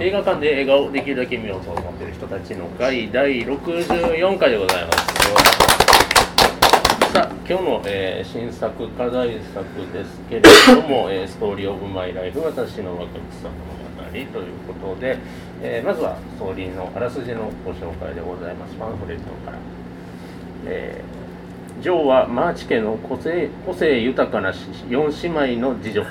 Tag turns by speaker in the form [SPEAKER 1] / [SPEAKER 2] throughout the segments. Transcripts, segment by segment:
[SPEAKER 1] 映画館で映画をできるだけ見ようと思ってる人たちの会第64回でございますさあ今日の、えー新作課題作ですけれども「えーストーリー・オブ・マイ・ライフ私の若き草物語」ということで、えーまずはストーリーのあらすじのご紹介でございますパンフレットから。えージョーはマーチ家の個性個性豊かな4姉妹の次女、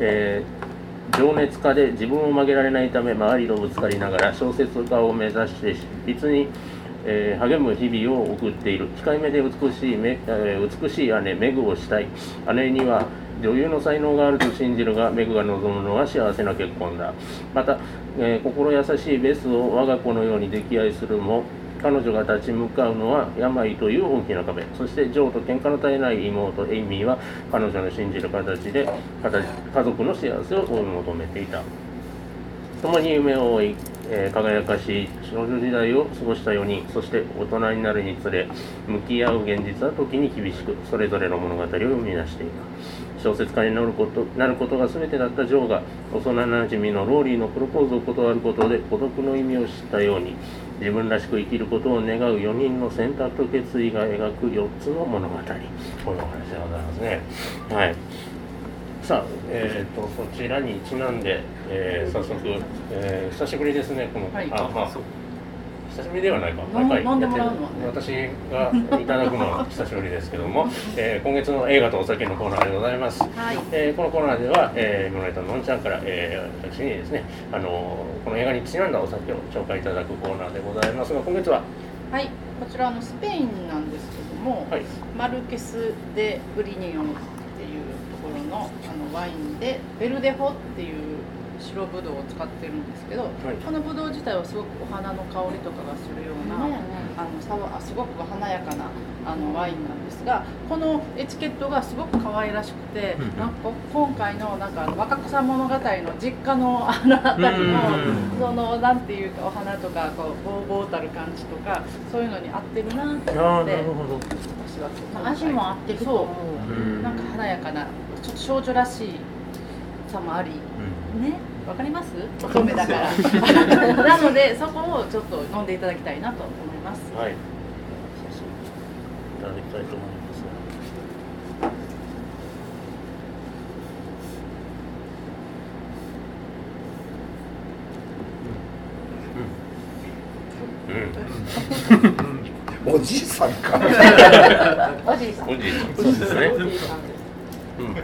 [SPEAKER 1] えー情熱家で自分を曲げられないため周りとぶつかりながら小説家を目指して執筆に、えー励む日々を送っている控えめで美しいめ、えー美しい姉メグをしたい姉には女優の才能があると信じるがメグが望むのは幸せな結婚だまた、えー心優しいベスを我が子のように溺愛するも彼女が立ち向かうのは病という大きな壁そしてジョーと喧嘩の絶えない妹エイミーは彼女の信じる形で形家族の幸せを追い求めていた共に夢を追い、えー輝かしい少女時代を過ごした4人そして大人になるにつれ向き合う現実は時に厳しくそれぞれの物語を生み出していく小説家になることなることが全てだったジョーが幼なじみのローリーのプロポーズを断ることで孤独の意味を知ったように自分らしく生きることを願う4人の選択と決意が描く4つの物語こういうお話でございますね。はいさあ、えー、とそちらにちなんで、えー早速、えー久しぶりですねこの、
[SPEAKER 2] はい
[SPEAKER 1] あまあ
[SPEAKER 3] そう
[SPEAKER 1] 久しぶりではないか
[SPEAKER 2] なん
[SPEAKER 1] 毎回
[SPEAKER 2] なんで
[SPEAKER 1] やってる
[SPEAKER 2] もらうの
[SPEAKER 1] 私がいただくのは久しぶりですけど も、えー今月の映画とお酒のコーナーでございます
[SPEAKER 2] はい。
[SPEAKER 1] えーこのコーナーでは、えー、室井とのんちゃんから、えー私にですね、あのーこの映画にちなんだお酒を紹介いただくコーナーでございますが今月は
[SPEAKER 2] はい。こちらあのスペインなんですけども、
[SPEAKER 1] はい
[SPEAKER 2] マルケス・デ・ブリニオンっていうところのあのワインでベルデホっていう白ブドウを使ってるんですけど、このブドウ自体はすごくお花の香りとかがするような、あのさわすごく華やかなあのワインなんですがこのエチケットがすごく可愛らしくて、
[SPEAKER 3] うんうん
[SPEAKER 2] なんか今回のなんか若草物語の実家のあのあたり
[SPEAKER 3] う
[SPEAKER 2] の
[SPEAKER 3] ん
[SPEAKER 2] そのなんていうかお花とかこうぼうぼうたる感じとかそういうのに合ってるなと思って
[SPEAKER 1] あーなるほど
[SPEAKER 2] 私は
[SPEAKER 4] まあ味もあってると
[SPEAKER 2] そ
[SPEAKER 4] 思
[SPEAKER 3] う
[SPEAKER 2] うんなんか華やかなちょっと少女らしいさもあり
[SPEAKER 3] う
[SPEAKER 2] ねわかります乙女だから なのでそこをちょっと飲んでいただきたいなと思います
[SPEAKER 1] はいいただきたいと思いますうんうん
[SPEAKER 5] おじいさんか。
[SPEAKER 4] おじいさん。
[SPEAKER 1] おじいさんそうですね、
[SPEAKER 2] おじいさんです
[SPEAKER 1] うん、
[SPEAKER 3] ん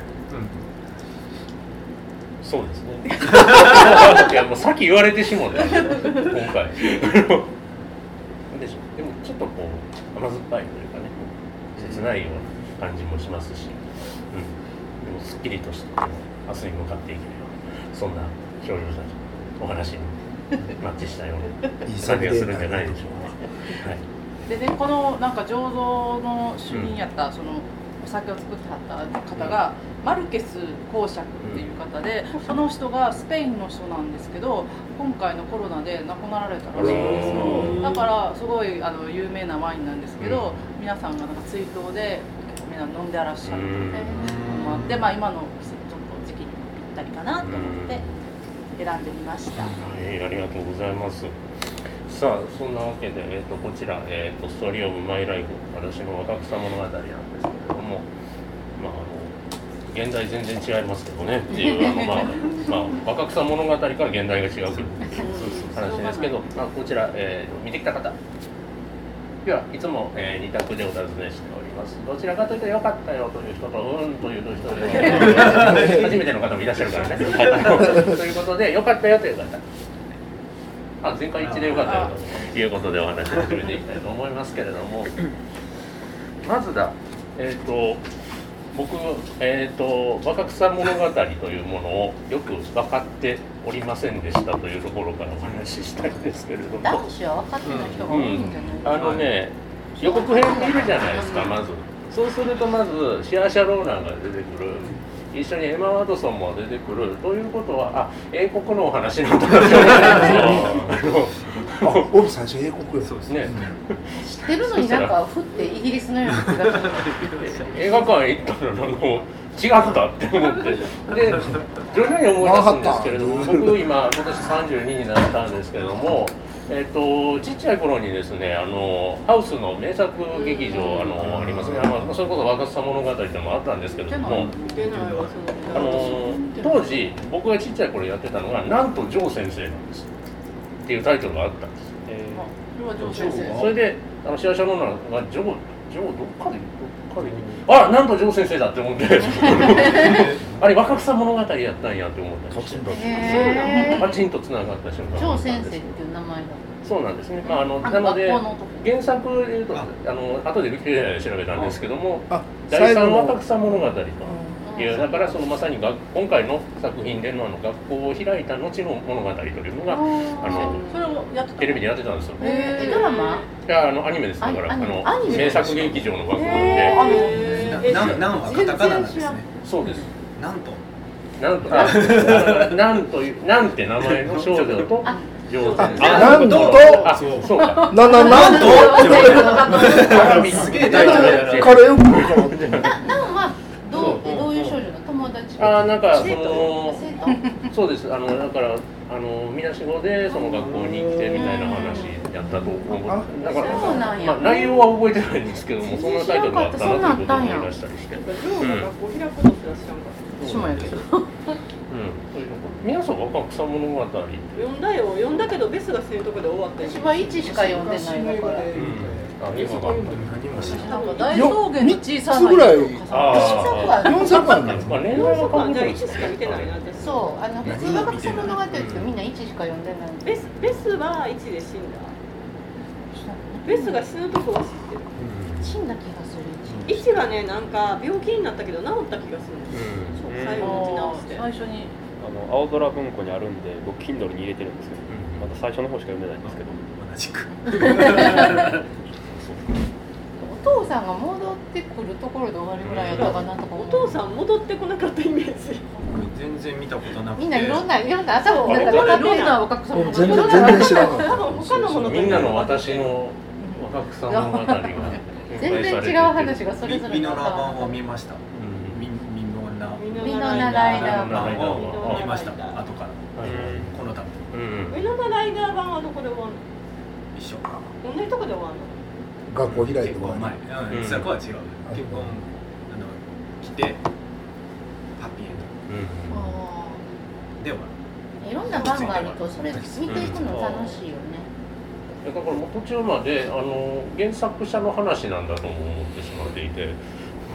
[SPEAKER 1] そうですね いやもうさっき言われてしもね今回なんでしょうでもちょっとこう甘酸っぱいというかね切ないような感じもしますし、うん、でもすっきりとして明日に向かっていけるようなそんな表情だしお話にマッチしたような感じがするんじゃないでしょうか、はい
[SPEAKER 2] でねこのなんか醸造の主任やった、そのお酒を作ってはった方が、マルケス公爵っていう方で、その人がスペインの人なんですけど今回のコロナで亡くなられたらしいんです
[SPEAKER 1] あ
[SPEAKER 2] よ
[SPEAKER 1] ら
[SPEAKER 2] だからすごいあの有名なワインなんですけど、皆さんがなんか追悼で結構みんな飲んでらっしゃる
[SPEAKER 1] う
[SPEAKER 2] の
[SPEAKER 1] ん
[SPEAKER 2] でまあで、まあ、今の季節ちょっと時期にぴったりかなと思って選んでみました。
[SPEAKER 1] はい、ありがとうございます。さあ、そんなわけで、えっ、と、こちら、えっ、と、ストーリーオブマイライフ、私の若草物語なんですけれども。まあ、あの、現代全然違いますけどね、っていう、あの、ま あ、まあ、若草物語から現代が違うけど。話ですけど、まあ、こちら、えー見てきた方ではいつも、えー、2択でお尋ねしておりますどちらかというと良かったよという人とうーんという人で初めての方もいらっしゃるからね、はいということで良かったよという方あ前回一致で良かったよということでお話を始めていきたいと思いますけれどもまずだえっ、と僕、えー、と若草物語というものをよく分かっておりませんでしたというところからお話ししたいんですけれども
[SPEAKER 4] 男子は分かってない人が多いんじゃない
[SPEAKER 1] あのね予告編見るじゃないですかまずそうするとまずシアシャローナーが出てくる一緒にエマ・ワトソンも出てくるということはあ英国のお話なんだなって思ったんですよ
[SPEAKER 5] あ帯最初英国や
[SPEAKER 4] そうですね
[SPEAKER 1] ね
[SPEAKER 2] 知ってるのになんか、ふってイギリスのような気がする。
[SPEAKER 1] 映画館へ行ったらなんかもう違ったって思ってで徐々に思い出すんですけれども
[SPEAKER 5] わかった
[SPEAKER 1] 僕今今年32になったんですけれどもえっとちっちゃい頃にですねあのハウスの名作劇場あのありますねあのそれこそ若草物語ってのもあったんですけれども。
[SPEAKER 6] 出ないわそ
[SPEAKER 1] あ
[SPEAKER 6] の
[SPEAKER 1] のー当時僕がちっちゃい頃やってたのが「なんとジョー先生なんです」っていうタイトルがあったんです
[SPEAKER 4] え
[SPEAKER 6] あそれ
[SPEAKER 5] 上
[SPEAKER 6] は上先
[SPEAKER 5] 手
[SPEAKER 6] 生
[SPEAKER 5] あ
[SPEAKER 1] それであのシアシャローナが「ジョージョーどっかでどっかで」あなんとジョー先生だ」って思って あれ若草物語やったんやって思った
[SPEAKER 5] カ
[SPEAKER 1] りし
[SPEAKER 5] チ
[SPEAKER 1] て
[SPEAKER 5] ンと
[SPEAKER 2] へ
[SPEAKER 1] パチンとつながった瞬間
[SPEAKER 2] 超先生っていう名前だ。
[SPEAKER 1] そうなんですね、まあ、あの
[SPEAKER 2] あ
[SPEAKER 1] なので
[SPEAKER 2] 学校の男
[SPEAKER 1] 原作でいうと
[SPEAKER 4] あ
[SPEAKER 1] あの後でウィキペディアで調べたんですけども
[SPEAKER 5] あ
[SPEAKER 1] 「第
[SPEAKER 5] 最後
[SPEAKER 1] 三
[SPEAKER 5] の
[SPEAKER 1] 若草物語」と。いやだからその
[SPEAKER 2] の。
[SPEAKER 1] まさにが今回の作品でのあの学校を開いた後の物語というのがあの
[SPEAKER 6] それをやってた
[SPEAKER 1] テレビでやってたんですよ。
[SPEAKER 6] へ
[SPEAKER 2] えードラマ
[SPEAKER 1] いやあのアニメですだからあ
[SPEAKER 2] あアニメ
[SPEAKER 1] の
[SPEAKER 2] アニメ
[SPEAKER 1] 名作劇場の学校
[SPEAKER 2] へ
[SPEAKER 1] で
[SPEAKER 2] ー
[SPEAKER 4] ー、ななんなんはカタカナなんですね。
[SPEAKER 1] そうです。
[SPEAKER 4] なんと
[SPEAKER 1] なんとああのなんというなんて名前の少女と
[SPEAKER 2] あ
[SPEAKER 1] 上手です
[SPEAKER 5] あなんと
[SPEAKER 1] あそうか。
[SPEAKER 5] なななんと
[SPEAKER 4] すげえ大事だ
[SPEAKER 5] カレーを食うかもって
[SPEAKER 2] なおは、どう、えどういう少女の友達。
[SPEAKER 1] あなんかそ
[SPEAKER 2] 生徒
[SPEAKER 1] の
[SPEAKER 2] 生徒
[SPEAKER 1] そうですあのだからあのみなしごでその学校に来てみたいな話やったと思う。だから
[SPEAKER 2] そうなんや
[SPEAKER 1] まあ、内容は覚えてないんですけども、そんなタイトルがあったなということを思い出したりして。うん、
[SPEAKER 6] ジョーが学校開くことすら知らんかっ
[SPEAKER 2] 私もやけど
[SPEAKER 1] 皆さん、若草物語。
[SPEAKER 6] た読んだよ読んだけどベスが正当で終わったよ
[SPEAKER 2] 私は一しか読んでないから。
[SPEAKER 1] あ、今が。
[SPEAKER 4] 何もしない。
[SPEAKER 6] なんか大草原の小さな
[SPEAKER 5] よ三つぐらい
[SPEAKER 1] ああ。
[SPEAKER 5] 4作あるんだ
[SPEAKER 1] まあ、恋愛は関
[SPEAKER 6] じ
[SPEAKER 1] 係
[SPEAKER 6] ゃあ
[SPEAKER 1] ない
[SPEAKER 6] 1しか見てないな私
[SPEAKER 2] そう、あの、普通の学生物語って、みんな一しか読んでない。
[SPEAKER 6] ベスベスは1で死んだベスが死ぬとこは知ってる
[SPEAKER 2] 死んだ気がする。
[SPEAKER 6] 一がねなんか病気になったけど治った気がするんです
[SPEAKER 1] う
[SPEAKER 6] よ
[SPEAKER 1] ん
[SPEAKER 6] そう最後持ち直して
[SPEAKER 2] 最初に。
[SPEAKER 7] あの青空文庫にあるんで僕 Kindle に入れてるんですけどまた最初の方しか読んでないんですけど
[SPEAKER 4] 同じく。
[SPEAKER 2] お父さんが戻ってくるところで終わるぐらいやったかなとか、
[SPEAKER 6] お
[SPEAKER 2] お
[SPEAKER 6] 父
[SPEAKER 2] 父さん。
[SPEAKER 6] さん戻ってこなかったイメージ
[SPEAKER 4] 僕全然見たことなくて。
[SPEAKER 2] みんないろんな、いろんな、朝も、なんか、
[SPEAKER 6] そう
[SPEAKER 2] いろんな若草物語。
[SPEAKER 5] 全然全然知らなか
[SPEAKER 6] 多
[SPEAKER 5] っ
[SPEAKER 6] 分他のもの
[SPEAKER 1] みんなの私の若草物語が。
[SPEAKER 2] 全然違う話がそれぞれ
[SPEAKER 4] ミ
[SPEAKER 2] の
[SPEAKER 4] ノラ
[SPEAKER 2] 頭の
[SPEAKER 4] マ
[SPEAKER 2] 中
[SPEAKER 4] ンを
[SPEAKER 2] で
[SPEAKER 4] 見ました。ミミノラマン
[SPEAKER 6] ミ
[SPEAKER 2] みん
[SPEAKER 6] ノ
[SPEAKER 2] な
[SPEAKER 6] ラ
[SPEAKER 2] ラ
[SPEAKER 6] イ
[SPEAKER 2] イ
[SPEAKER 6] ダ
[SPEAKER 2] ダー
[SPEAKER 6] ー版
[SPEAKER 1] 版
[SPEAKER 4] を見ました。後からこの度
[SPEAKER 6] ミノラライダー版はどこで終わる
[SPEAKER 4] 一緒。
[SPEAKER 6] の同じとこで終わるの
[SPEAKER 5] た学校開いて
[SPEAKER 4] 結
[SPEAKER 5] も
[SPEAKER 4] 構
[SPEAKER 5] ら
[SPEAKER 4] 前。うん。そこは違う。結婚あの来てハッピーエン
[SPEAKER 2] あ
[SPEAKER 4] ドで終わる。
[SPEAKER 2] ーいろんな番があると、それ見ていくの楽しいよね。
[SPEAKER 1] だからもう途中まであの原作者の話なんだとも思ってしまっていて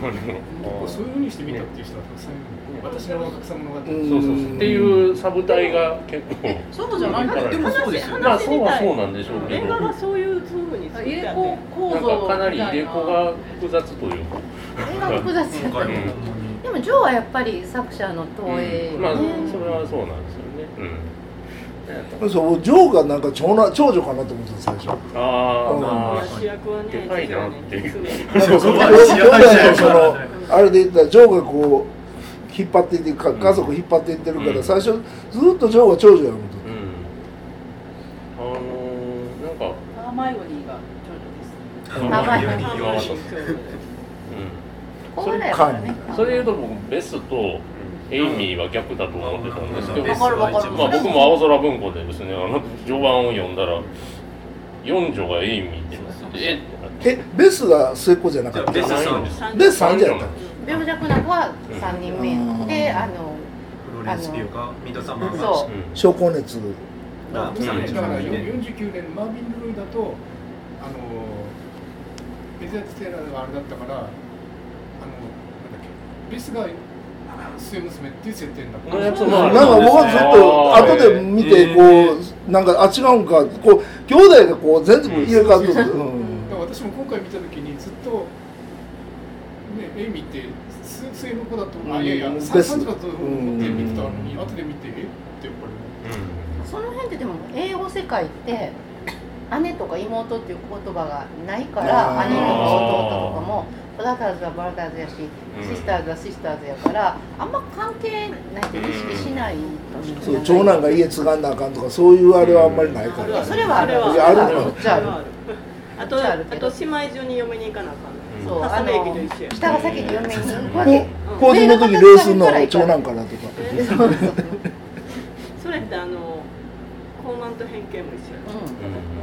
[SPEAKER 8] そういうふうにして見たっていう人だったんですね。私が若草物語。
[SPEAKER 5] うん
[SPEAKER 1] そうそうそうっていうサブ隊が結構
[SPEAKER 2] え、そうじゃない。
[SPEAKER 4] でもそうですよね。
[SPEAKER 1] まあそうはそうなんでしょうけ
[SPEAKER 6] 映
[SPEAKER 1] ど
[SPEAKER 6] 画がそういう風に作っ
[SPEAKER 2] 入
[SPEAKER 6] て
[SPEAKER 2] れ
[SPEAKER 6] あって
[SPEAKER 2] 子構
[SPEAKER 1] なん
[SPEAKER 2] 造
[SPEAKER 1] かかなり入れ子が複雑というか、
[SPEAKER 2] 映画複雑やった
[SPEAKER 4] 今回
[SPEAKER 2] ね
[SPEAKER 4] もほんまに。
[SPEAKER 2] でもジョーはやっぱり作者の投影、
[SPEAKER 1] まあそ
[SPEAKER 2] ね
[SPEAKER 1] れはそうなんですよね。うん
[SPEAKER 5] うそうジョーがなんか長男長女かなと思ってた最初
[SPEAKER 1] ああ、まあ、
[SPEAKER 6] 主役はね
[SPEAKER 1] でかいなっていう
[SPEAKER 6] 実はね
[SPEAKER 5] なんかその
[SPEAKER 4] そうそう
[SPEAKER 5] 今回のそのあれで言ったらジョーがこう引っ張っていってか家族引っ張っていってるから、
[SPEAKER 1] うん
[SPEAKER 5] 最初ずっとジョーが長女やもんと
[SPEAKER 1] うん。あのー、なんか、
[SPEAKER 6] ハーマイオニーが長女です
[SPEAKER 2] 名前が
[SPEAKER 6] ハーマイオニー長女です
[SPEAKER 2] こうぐらいやからね
[SPEAKER 1] うん、それで言うと僕ベスとエイミーは逆だと思ってたんですけど、
[SPEAKER 2] わかるわかる
[SPEAKER 1] まあ僕も青空文庫でですね、あの序盤を読んだら四女がエイミーってなってて、
[SPEAKER 5] えベスが末っ子じゃな
[SPEAKER 4] じゃ
[SPEAKER 5] か
[SPEAKER 4] あ
[SPEAKER 5] っ
[SPEAKER 4] ベ
[SPEAKER 5] た
[SPEAKER 4] スさん、
[SPEAKER 6] 三
[SPEAKER 5] ベス三女やった
[SPEAKER 2] 病弱な子は3人目、
[SPEAKER 5] うん
[SPEAKER 2] であの
[SPEAKER 4] フロレンスピオがミドサマーが
[SPEAKER 2] そ
[SPEAKER 1] え、
[SPEAKER 5] 小高熱
[SPEAKER 4] が
[SPEAKER 1] う
[SPEAKER 4] 三
[SPEAKER 1] ん
[SPEAKER 4] 人
[SPEAKER 8] だから
[SPEAKER 4] 組で
[SPEAKER 8] 49年マービン・ルロイだとあのエリザベス・テイラーがあれだったからあのなんだっけベスが末娘っていう設定になっ
[SPEAKER 1] のや
[SPEAKER 8] た
[SPEAKER 1] つもあ
[SPEAKER 5] なん
[SPEAKER 1] る
[SPEAKER 5] か僕
[SPEAKER 1] です
[SPEAKER 5] はずっと
[SPEAKER 1] ね
[SPEAKER 5] 後で見て
[SPEAKER 4] え
[SPEAKER 5] こうなんかあ違うんかこう兄弟がこう全然入れ替わっとって、うん
[SPEAKER 8] だから私も今回見た時にずっと、ね、エイミーってす末の子だと、あいやいや
[SPEAKER 5] うん
[SPEAKER 8] 3歳だと思って見てたのに、後で見てえってやっぱり
[SPEAKER 1] うん
[SPEAKER 2] その辺ってでも英語世界って姉とか妹っていう言葉がないか
[SPEAKER 5] あ
[SPEAKER 2] ら
[SPEAKER 5] ー
[SPEAKER 2] 姉とか弟とかもブラザーズはブラザーズやし、
[SPEAKER 1] うん
[SPEAKER 2] シスターズはシスターズやからあんま関係ないって意識しないと思う
[SPEAKER 5] そう長男が家継がんなあかんとかそういうあれはあんまりないか
[SPEAKER 2] い
[SPEAKER 5] ら
[SPEAKER 2] やそれはあるわ
[SPEAKER 5] いやあるわ
[SPEAKER 2] こっちはある
[SPEAKER 9] あ
[SPEAKER 2] こっ
[SPEAKER 9] と
[SPEAKER 2] ちはあ
[SPEAKER 9] あ
[SPEAKER 2] るけ
[SPEAKER 9] と
[SPEAKER 2] ど
[SPEAKER 9] 姉妹中に嫁に行かなあかんね
[SPEAKER 1] うん
[SPEAKER 2] そうあ
[SPEAKER 9] 蓮
[SPEAKER 2] の
[SPEAKER 9] の駅と一緒や
[SPEAKER 2] 北が先に嫁に行くわ
[SPEAKER 5] こ
[SPEAKER 2] け
[SPEAKER 5] 高校の時礼するのは長男からとか
[SPEAKER 9] え
[SPEAKER 2] そうそうそう
[SPEAKER 9] それってあの高慢と偏見も一緒や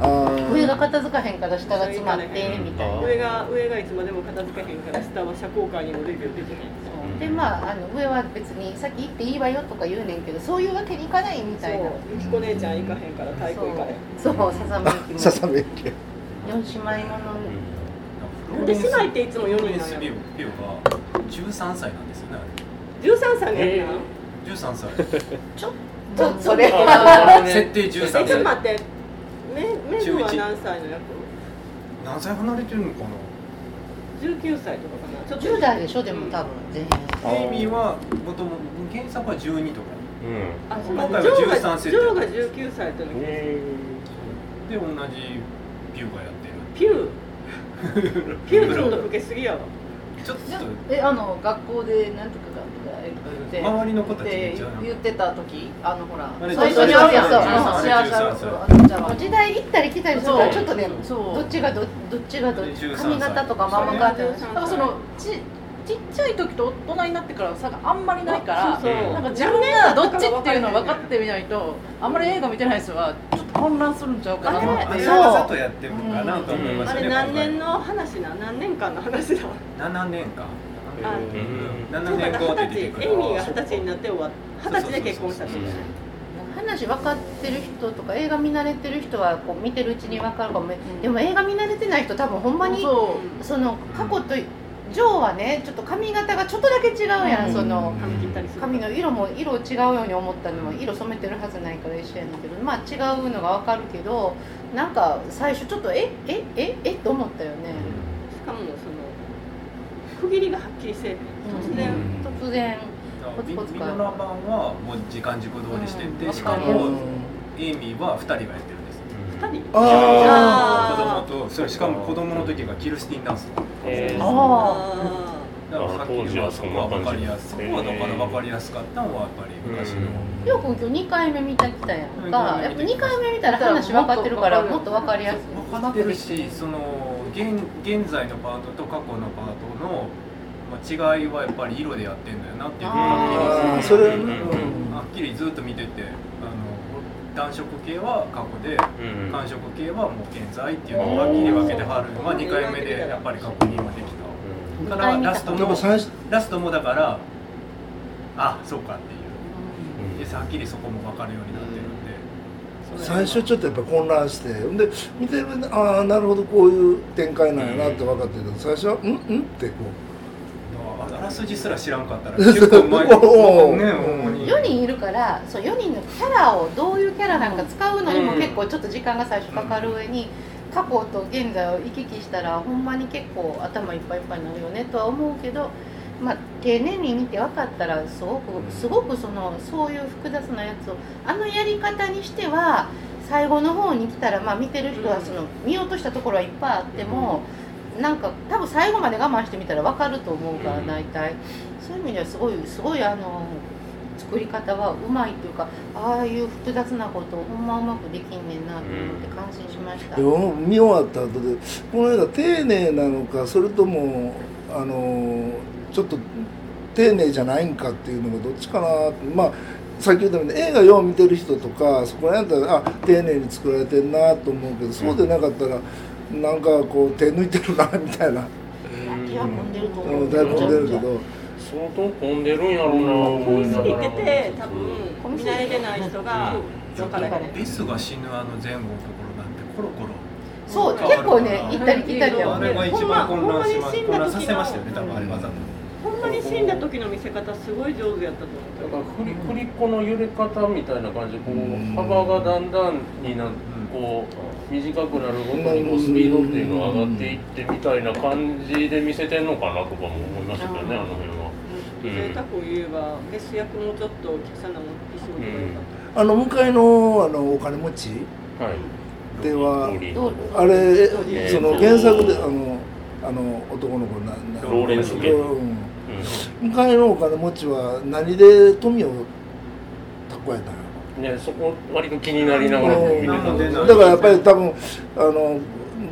[SPEAKER 5] あ
[SPEAKER 2] うん上が
[SPEAKER 5] あ
[SPEAKER 2] 片付かへんから下が詰まってみたいな
[SPEAKER 1] うん
[SPEAKER 9] 上が上がいつまでも片付けへんから下は社交界にもデビューできない
[SPEAKER 1] ん
[SPEAKER 2] でまああの上は別に「先行っていいわよ」とか言うねんけどそういうわけにいかないみたいな
[SPEAKER 9] そうゆきこ姉ちゃん行かへんから太鼓行かへん
[SPEAKER 2] そうそうささめきも
[SPEAKER 5] ささめき
[SPEAKER 2] 四姉妹もの
[SPEAKER 9] なんで姉妹っていつも4人なの
[SPEAKER 4] スピオピオが13歳なんですよね
[SPEAKER 9] 13歳のやつ
[SPEAKER 4] 13歳
[SPEAKER 2] ちょそれ
[SPEAKER 4] 設定13歳
[SPEAKER 9] なんえちょっと待ってめめぐは何歳の役
[SPEAKER 4] 何歳離れてるのかな
[SPEAKER 9] 19歳とかかなちょっと
[SPEAKER 2] 10代でしょでも多分全員
[SPEAKER 4] エイミーはもともと原作は12とか
[SPEAKER 9] あそう
[SPEAKER 4] 今
[SPEAKER 9] か
[SPEAKER 4] 回は
[SPEAKER 9] ジョ
[SPEAKER 4] 13
[SPEAKER 9] ー
[SPEAKER 4] 世
[SPEAKER 9] がジ
[SPEAKER 4] 代
[SPEAKER 9] ョーが19歳との
[SPEAKER 4] で同じピオがやってる
[SPEAKER 9] ピュ ーピューちょっと老けすぎやわ
[SPEAKER 4] ちょっと
[SPEAKER 6] えあの学校でなんとかがとか言って
[SPEAKER 4] 周りの子たちめ
[SPEAKER 6] で
[SPEAKER 4] っちゃ
[SPEAKER 6] 言ってた時あのほら
[SPEAKER 4] あれ
[SPEAKER 6] 最初にあるやん
[SPEAKER 2] そう
[SPEAKER 6] あのシェアシャ
[SPEAKER 4] そう
[SPEAKER 6] ルあのじゃあ
[SPEAKER 2] 時代行ったり来たりするからちょっとね
[SPEAKER 6] そう
[SPEAKER 2] どっちがどどっちがどっち
[SPEAKER 4] 13歳
[SPEAKER 2] 髪型とかママがって
[SPEAKER 9] そ
[SPEAKER 6] だからそのちちっちゃい時と大人になってからの差があんまりないから
[SPEAKER 9] そう
[SPEAKER 1] うん
[SPEAKER 9] そう
[SPEAKER 6] なんか自分がどっちっていうのを分かってみないとあんまり映画見てない人はちょっと混乱するんちゃうかな
[SPEAKER 9] あ
[SPEAKER 4] あ
[SPEAKER 6] って
[SPEAKER 4] れ
[SPEAKER 6] そう
[SPEAKER 4] わざとやってるのかなと思いまし
[SPEAKER 9] あ
[SPEAKER 4] たね
[SPEAKER 9] れ
[SPEAKER 4] 今回
[SPEAKER 9] 何年の話な何年間の話だ
[SPEAKER 4] 7年か
[SPEAKER 9] あ
[SPEAKER 4] 7
[SPEAKER 9] そうだ
[SPEAKER 4] 年後って
[SPEAKER 9] 二
[SPEAKER 4] 出
[SPEAKER 9] 十
[SPEAKER 4] てく
[SPEAKER 9] 歳
[SPEAKER 4] る
[SPEAKER 9] エイミーが二十歳になって終わっ二十歳で結婚したっていう
[SPEAKER 2] 話分かってる人とか映画見慣れてる人はこう見てるうちに分かるかもでも映画見慣れてない人多分ほんまに
[SPEAKER 6] そ
[SPEAKER 2] その過去とジョーはねちょっと髪型がちょっとだけ違うやんその
[SPEAKER 9] 髪切ったりする
[SPEAKER 2] 髪の色も色違うように思ったのも色染めてるはずないから一緒やねんけどまあ違うのがわかるけどなんか最初ちょっとええええと思ったよね
[SPEAKER 9] しかもその区切りがはっきりせえへん突然
[SPEAKER 2] 突然コツ
[SPEAKER 4] ミ
[SPEAKER 2] コツか
[SPEAKER 4] ノラ版はもう時間軸通りしてて、
[SPEAKER 2] うん
[SPEAKER 4] しか
[SPEAKER 2] 確か
[SPEAKER 4] もエイミーは2人がやってるんです
[SPEAKER 9] 二人
[SPEAKER 4] 子
[SPEAKER 9] あー
[SPEAKER 4] 供とそれしかも子供の時がキルスティンダンスだか
[SPEAKER 7] えー
[SPEAKER 2] あ
[SPEAKER 9] あ
[SPEAKER 4] らさっきのはそこは分かりやすそこはだから分かりやすかったのはやっぱり昔の、
[SPEAKER 2] あよく今日2回目見たきたやんか
[SPEAKER 4] うん
[SPEAKER 2] やっぱ2回目見たら話分かってるからもっと分かりやすい
[SPEAKER 4] 分かってるしその現現在のパートと過去のパートのまあ違いはやっぱり色でやってんだよなっていうのがは
[SPEAKER 5] あ
[SPEAKER 4] っ
[SPEAKER 5] ー
[SPEAKER 4] きり
[SPEAKER 5] それ
[SPEAKER 1] うん
[SPEAKER 4] うんはっきりずっと見ててあの暖色系は過去で寒色系はもう現在っていうのがはっきり分けてはるのは2回目でやっぱり確認はできたからラスト
[SPEAKER 5] でも
[SPEAKER 4] も
[SPEAKER 5] 最初
[SPEAKER 4] ラストもだからあそうかっていうではっきりそこも分かるようになってるんで
[SPEAKER 5] 最初ちょっとやっぱ混乱してんで見てるああなるほどこういう展開なんやなって分かってるけど最初は「んん?」ってこ
[SPEAKER 4] ああらすじすら知らんかったら結構前に
[SPEAKER 5] おー
[SPEAKER 4] ねほんまに
[SPEAKER 2] 4人いるからそう4人のキャラをどういうキャラなんか使うのにも結構ちょっと時間が最初かかる上に過去と現在を行き来したらほんまに結構頭いっぱいいっぱいになるよねとは思うけど、まあ、丁寧に見て分かったらすごくすごくそのそういう複雑なやつをあのやり方にしては最後の方に来たら、まあ、見てる人はその見落としたところはいっぱいあっても。なんか多分最後まで我慢してみたら分かると思うから大体そういう意味ではすごいすごいあの作り方はうまいというかああいう複雑なことをほんまうまくできんねんなと思って感心しました、
[SPEAKER 5] うでも見終わった後でこの映画丁寧なのかそれともあのーちょっと丁寧じゃないんかっていうのがどっちかなってまあさっき言ったように映画よう見てる人とかそこら辺だったらあ丁寧に作られてんなと思うけどそうでなかったらなんかこう手抜いてるなみたいな
[SPEAKER 2] いや混んでると
[SPEAKER 5] う
[SPEAKER 2] 思うん
[SPEAKER 5] だいぶ出る
[SPEAKER 2] めち
[SPEAKER 5] け
[SPEAKER 2] ゃくち
[SPEAKER 5] ど
[SPEAKER 1] 相当混んでるんやろうな思いなが
[SPEAKER 9] 行
[SPEAKER 1] ら
[SPEAKER 9] ってて多分見慣れてない人が分からへん
[SPEAKER 4] ベスが死ぬあの前後のとこ
[SPEAKER 2] ゃそう
[SPEAKER 4] ろなんてコロコロ
[SPEAKER 2] 結構ね行ったり来たりやも
[SPEAKER 4] あ
[SPEAKER 2] ん
[SPEAKER 4] れ
[SPEAKER 2] ね
[SPEAKER 4] が一番
[SPEAKER 9] ほん
[SPEAKER 4] 混
[SPEAKER 9] ま
[SPEAKER 4] 乱しま
[SPEAKER 9] ほんまに死んだ時
[SPEAKER 4] 混
[SPEAKER 9] の
[SPEAKER 4] 乱させましたよね多分あれわざと
[SPEAKER 9] ほんまに死んだ時の見せ方すごい上手やったと思
[SPEAKER 1] だ
[SPEAKER 9] う
[SPEAKER 1] から振り振り子の揺れ方みたいな感じでこう幅がだんだんになこう短くなるごとにこうスピードっていうのが上がっていってみたいな感じで見せてんのかなとかも思いましたけどねあの辺は。うん
[SPEAKER 9] 贅沢を言えばゲス役もちょっとお客さんのお仕事が良かっ
[SPEAKER 5] あの向かいのあのお金持ち
[SPEAKER 1] はい。
[SPEAKER 5] では
[SPEAKER 2] どう
[SPEAKER 5] あれ
[SPEAKER 1] えー
[SPEAKER 5] その原作であのあの男の子なんだ
[SPEAKER 1] ローレンスゲン
[SPEAKER 5] うん向井のお金持ちは何で富を蓄えたの
[SPEAKER 1] うんねそこ割と気になりながらも見てたんです
[SPEAKER 5] だからやっぱり多分あの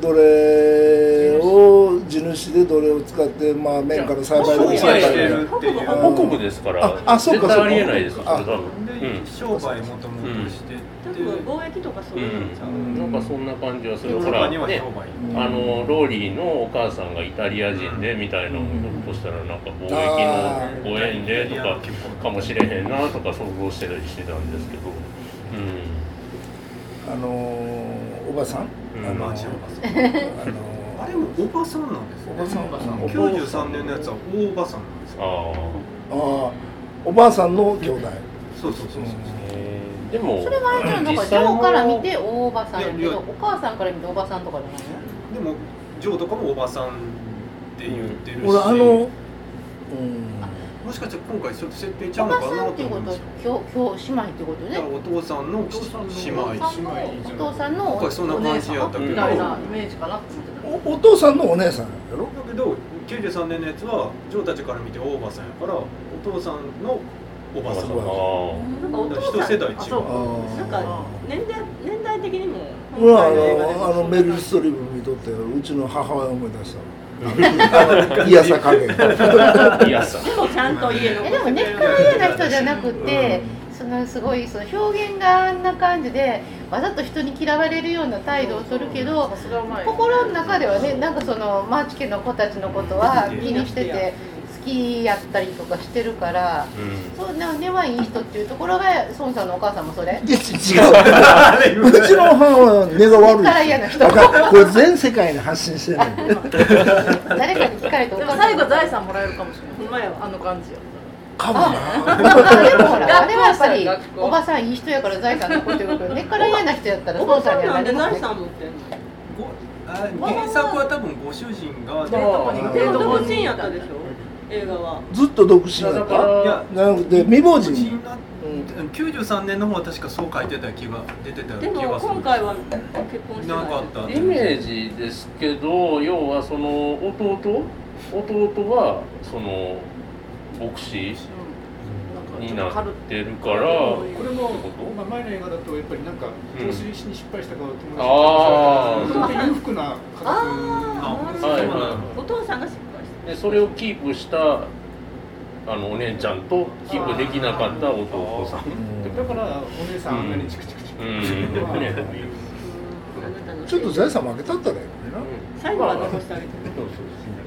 [SPEAKER 5] どれを地主でどれを使ってまあ麺から栽培
[SPEAKER 1] そうで
[SPEAKER 5] でも
[SPEAKER 1] す
[SPEAKER 5] 使
[SPEAKER 1] ね
[SPEAKER 5] った
[SPEAKER 4] して
[SPEAKER 5] り
[SPEAKER 4] るっていう
[SPEAKER 5] あ
[SPEAKER 1] 北部ですから
[SPEAKER 5] ああそう
[SPEAKER 1] 絶対
[SPEAKER 5] かそうか
[SPEAKER 1] ありえないですよ
[SPEAKER 5] あ
[SPEAKER 1] 多分
[SPEAKER 4] で商売もともとしてて、
[SPEAKER 9] 多分貿易とかそういうのちゃう、
[SPEAKER 1] うんなんかそんな感じはす
[SPEAKER 4] 世
[SPEAKER 1] る
[SPEAKER 4] の
[SPEAKER 1] ほら
[SPEAKER 4] 中には
[SPEAKER 1] ね
[SPEAKER 4] 商売、
[SPEAKER 1] あのローリーのお母さんがイタリア人でみたいなのもひょっとしたらなんか貿易のご縁でとかかもしれへんなとか想像してたりしてたんですけど、う
[SPEAKER 5] あのおばさん
[SPEAKER 1] うん
[SPEAKER 5] あの
[SPEAKER 4] マ
[SPEAKER 5] あ
[SPEAKER 4] ジおばさん
[SPEAKER 5] の
[SPEAKER 4] あれもおばさんなんですね。
[SPEAKER 5] おばさんおばさん
[SPEAKER 4] 93年のやつは大おばさんなんです
[SPEAKER 1] ん、
[SPEAKER 4] よ。
[SPEAKER 1] あ
[SPEAKER 5] ああおばあさんの兄弟
[SPEAKER 4] そうそうそうそう。
[SPEAKER 7] え
[SPEAKER 1] あでも
[SPEAKER 2] それはあれじゃんなんか
[SPEAKER 1] 実際
[SPEAKER 2] 嬢
[SPEAKER 1] も
[SPEAKER 2] から見て大おばさんや
[SPEAKER 4] い
[SPEAKER 2] け
[SPEAKER 4] やい
[SPEAKER 2] ど
[SPEAKER 4] や
[SPEAKER 2] お母さんから見ておばさんとかじゃないの
[SPEAKER 4] でもジョーとかもおばさんって言ってるし、
[SPEAKER 5] 俺あの
[SPEAKER 4] もしかしたら今回ちょっと設定ちゃ
[SPEAKER 2] お
[SPEAKER 4] うの
[SPEAKER 2] ば
[SPEAKER 4] かな
[SPEAKER 2] さんって
[SPEAKER 4] と
[SPEAKER 2] いうこと
[SPEAKER 4] 思うんで
[SPEAKER 2] は
[SPEAKER 4] すよ。
[SPEAKER 2] 今日今日姉妹ってこと
[SPEAKER 4] だから
[SPEAKER 2] ね
[SPEAKER 4] お父さんの姉
[SPEAKER 2] お
[SPEAKER 4] 妹
[SPEAKER 2] 父。さんのお父さんの
[SPEAKER 4] 今回そんな
[SPEAKER 6] お姉
[SPEAKER 4] 感じや
[SPEAKER 6] さ
[SPEAKER 4] っ
[SPEAKER 6] ん
[SPEAKER 4] た
[SPEAKER 6] み
[SPEAKER 4] けど、
[SPEAKER 6] たい
[SPEAKER 4] だ
[SPEAKER 6] なイメージかなと思ってた
[SPEAKER 5] おお父さんのお姉さんやろ
[SPEAKER 4] けど93年のやつはジョーたちから見て大おばさんやからお父さんのおばさん。
[SPEAKER 1] あ
[SPEAKER 9] なんかお父さん
[SPEAKER 4] 一世代違う
[SPEAKER 9] あそう
[SPEAKER 5] あ
[SPEAKER 9] なんか年代年代的にも
[SPEAKER 5] 俺はあ
[SPEAKER 9] あ
[SPEAKER 5] のあのメルストリープ見とってうちの母親思い出したいやさ加減
[SPEAKER 1] あいやさ
[SPEAKER 9] でもちゃんと家の
[SPEAKER 2] えでも根っから嫌な人じゃなくて、そのすごいその表現があんな感じでわざと人に嫌われるような態度を取るけど
[SPEAKER 6] さすがうまい
[SPEAKER 2] 心の中ではねなんかそのマーチ家の子たちのことは気にしてて好きやったりとかしてるから。
[SPEAKER 1] う
[SPEAKER 2] そうな根はいい人っていうところが孫さんのお母さんもそれ
[SPEAKER 5] いや違ううちの母親は根が悪い
[SPEAKER 2] だから嫌な人
[SPEAKER 5] だからこれ全世界に発信してない
[SPEAKER 2] 誰かに聞かれてお
[SPEAKER 6] でも
[SPEAKER 2] 母さ
[SPEAKER 6] 最
[SPEAKER 2] ん
[SPEAKER 6] 後
[SPEAKER 2] が
[SPEAKER 6] 財産もらえるかもしれない。前はあの感じよ。
[SPEAKER 5] かもな
[SPEAKER 2] でもほらあれはやっぱり
[SPEAKER 6] 学校
[SPEAKER 2] おばさんいい人やから財産残ってるけど根っから嫌な人やったら
[SPEAKER 9] おば
[SPEAKER 2] 孫
[SPEAKER 9] さ
[SPEAKER 2] さん
[SPEAKER 9] ん
[SPEAKER 2] には
[SPEAKER 9] な
[SPEAKER 2] なん
[SPEAKER 9] で
[SPEAKER 2] りますね
[SPEAKER 9] 財産持ってん
[SPEAKER 4] ご
[SPEAKER 9] の
[SPEAKER 4] あ原作は多分ご主人が
[SPEAKER 1] だから
[SPEAKER 9] で同人やったでしょ映画は
[SPEAKER 5] ずっと独身だ
[SPEAKER 1] だ
[SPEAKER 5] っ
[SPEAKER 1] か
[SPEAKER 5] た
[SPEAKER 1] ら
[SPEAKER 4] いや
[SPEAKER 5] じゃなくて未亡人
[SPEAKER 4] にな93年の方は確かそう書いてた気が出てた気
[SPEAKER 9] でも
[SPEAKER 4] がする
[SPEAKER 9] 今回は結婚してない
[SPEAKER 4] なかった
[SPEAKER 1] イメージですけど要はその弟弟はその牧師
[SPEAKER 6] うん
[SPEAKER 1] に
[SPEAKER 6] なんかち
[SPEAKER 1] なっ
[SPEAKER 6] ょっとカル
[SPEAKER 1] てるから
[SPEAKER 8] これも、まあ、前の映画だとやっぱりなんか投資に失敗したから友達とか裕福な
[SPEAKER 9] あ
[SPEAKER 4] あ
[SPEAKER 9] あ
[SPEAKER 4] そう
[SPEAKER 1] は
[SPEAKER 4] ないんだ
[SPEAKER 9] お父さんが失敗し
[SPEAKER 1] でそれをキープしたあのお姉ちゃんとキープできなかった弟さん
[SPEAKER 8] だからお姉さんあんなにチクチクチク
[SPEAKER 9] たあなたの
[SPEAKER 5] ちょっと財産負けたったらいいのに
[SPEAKER 9] 最後は残してあげて
[SPEAKER 1] そうそうそう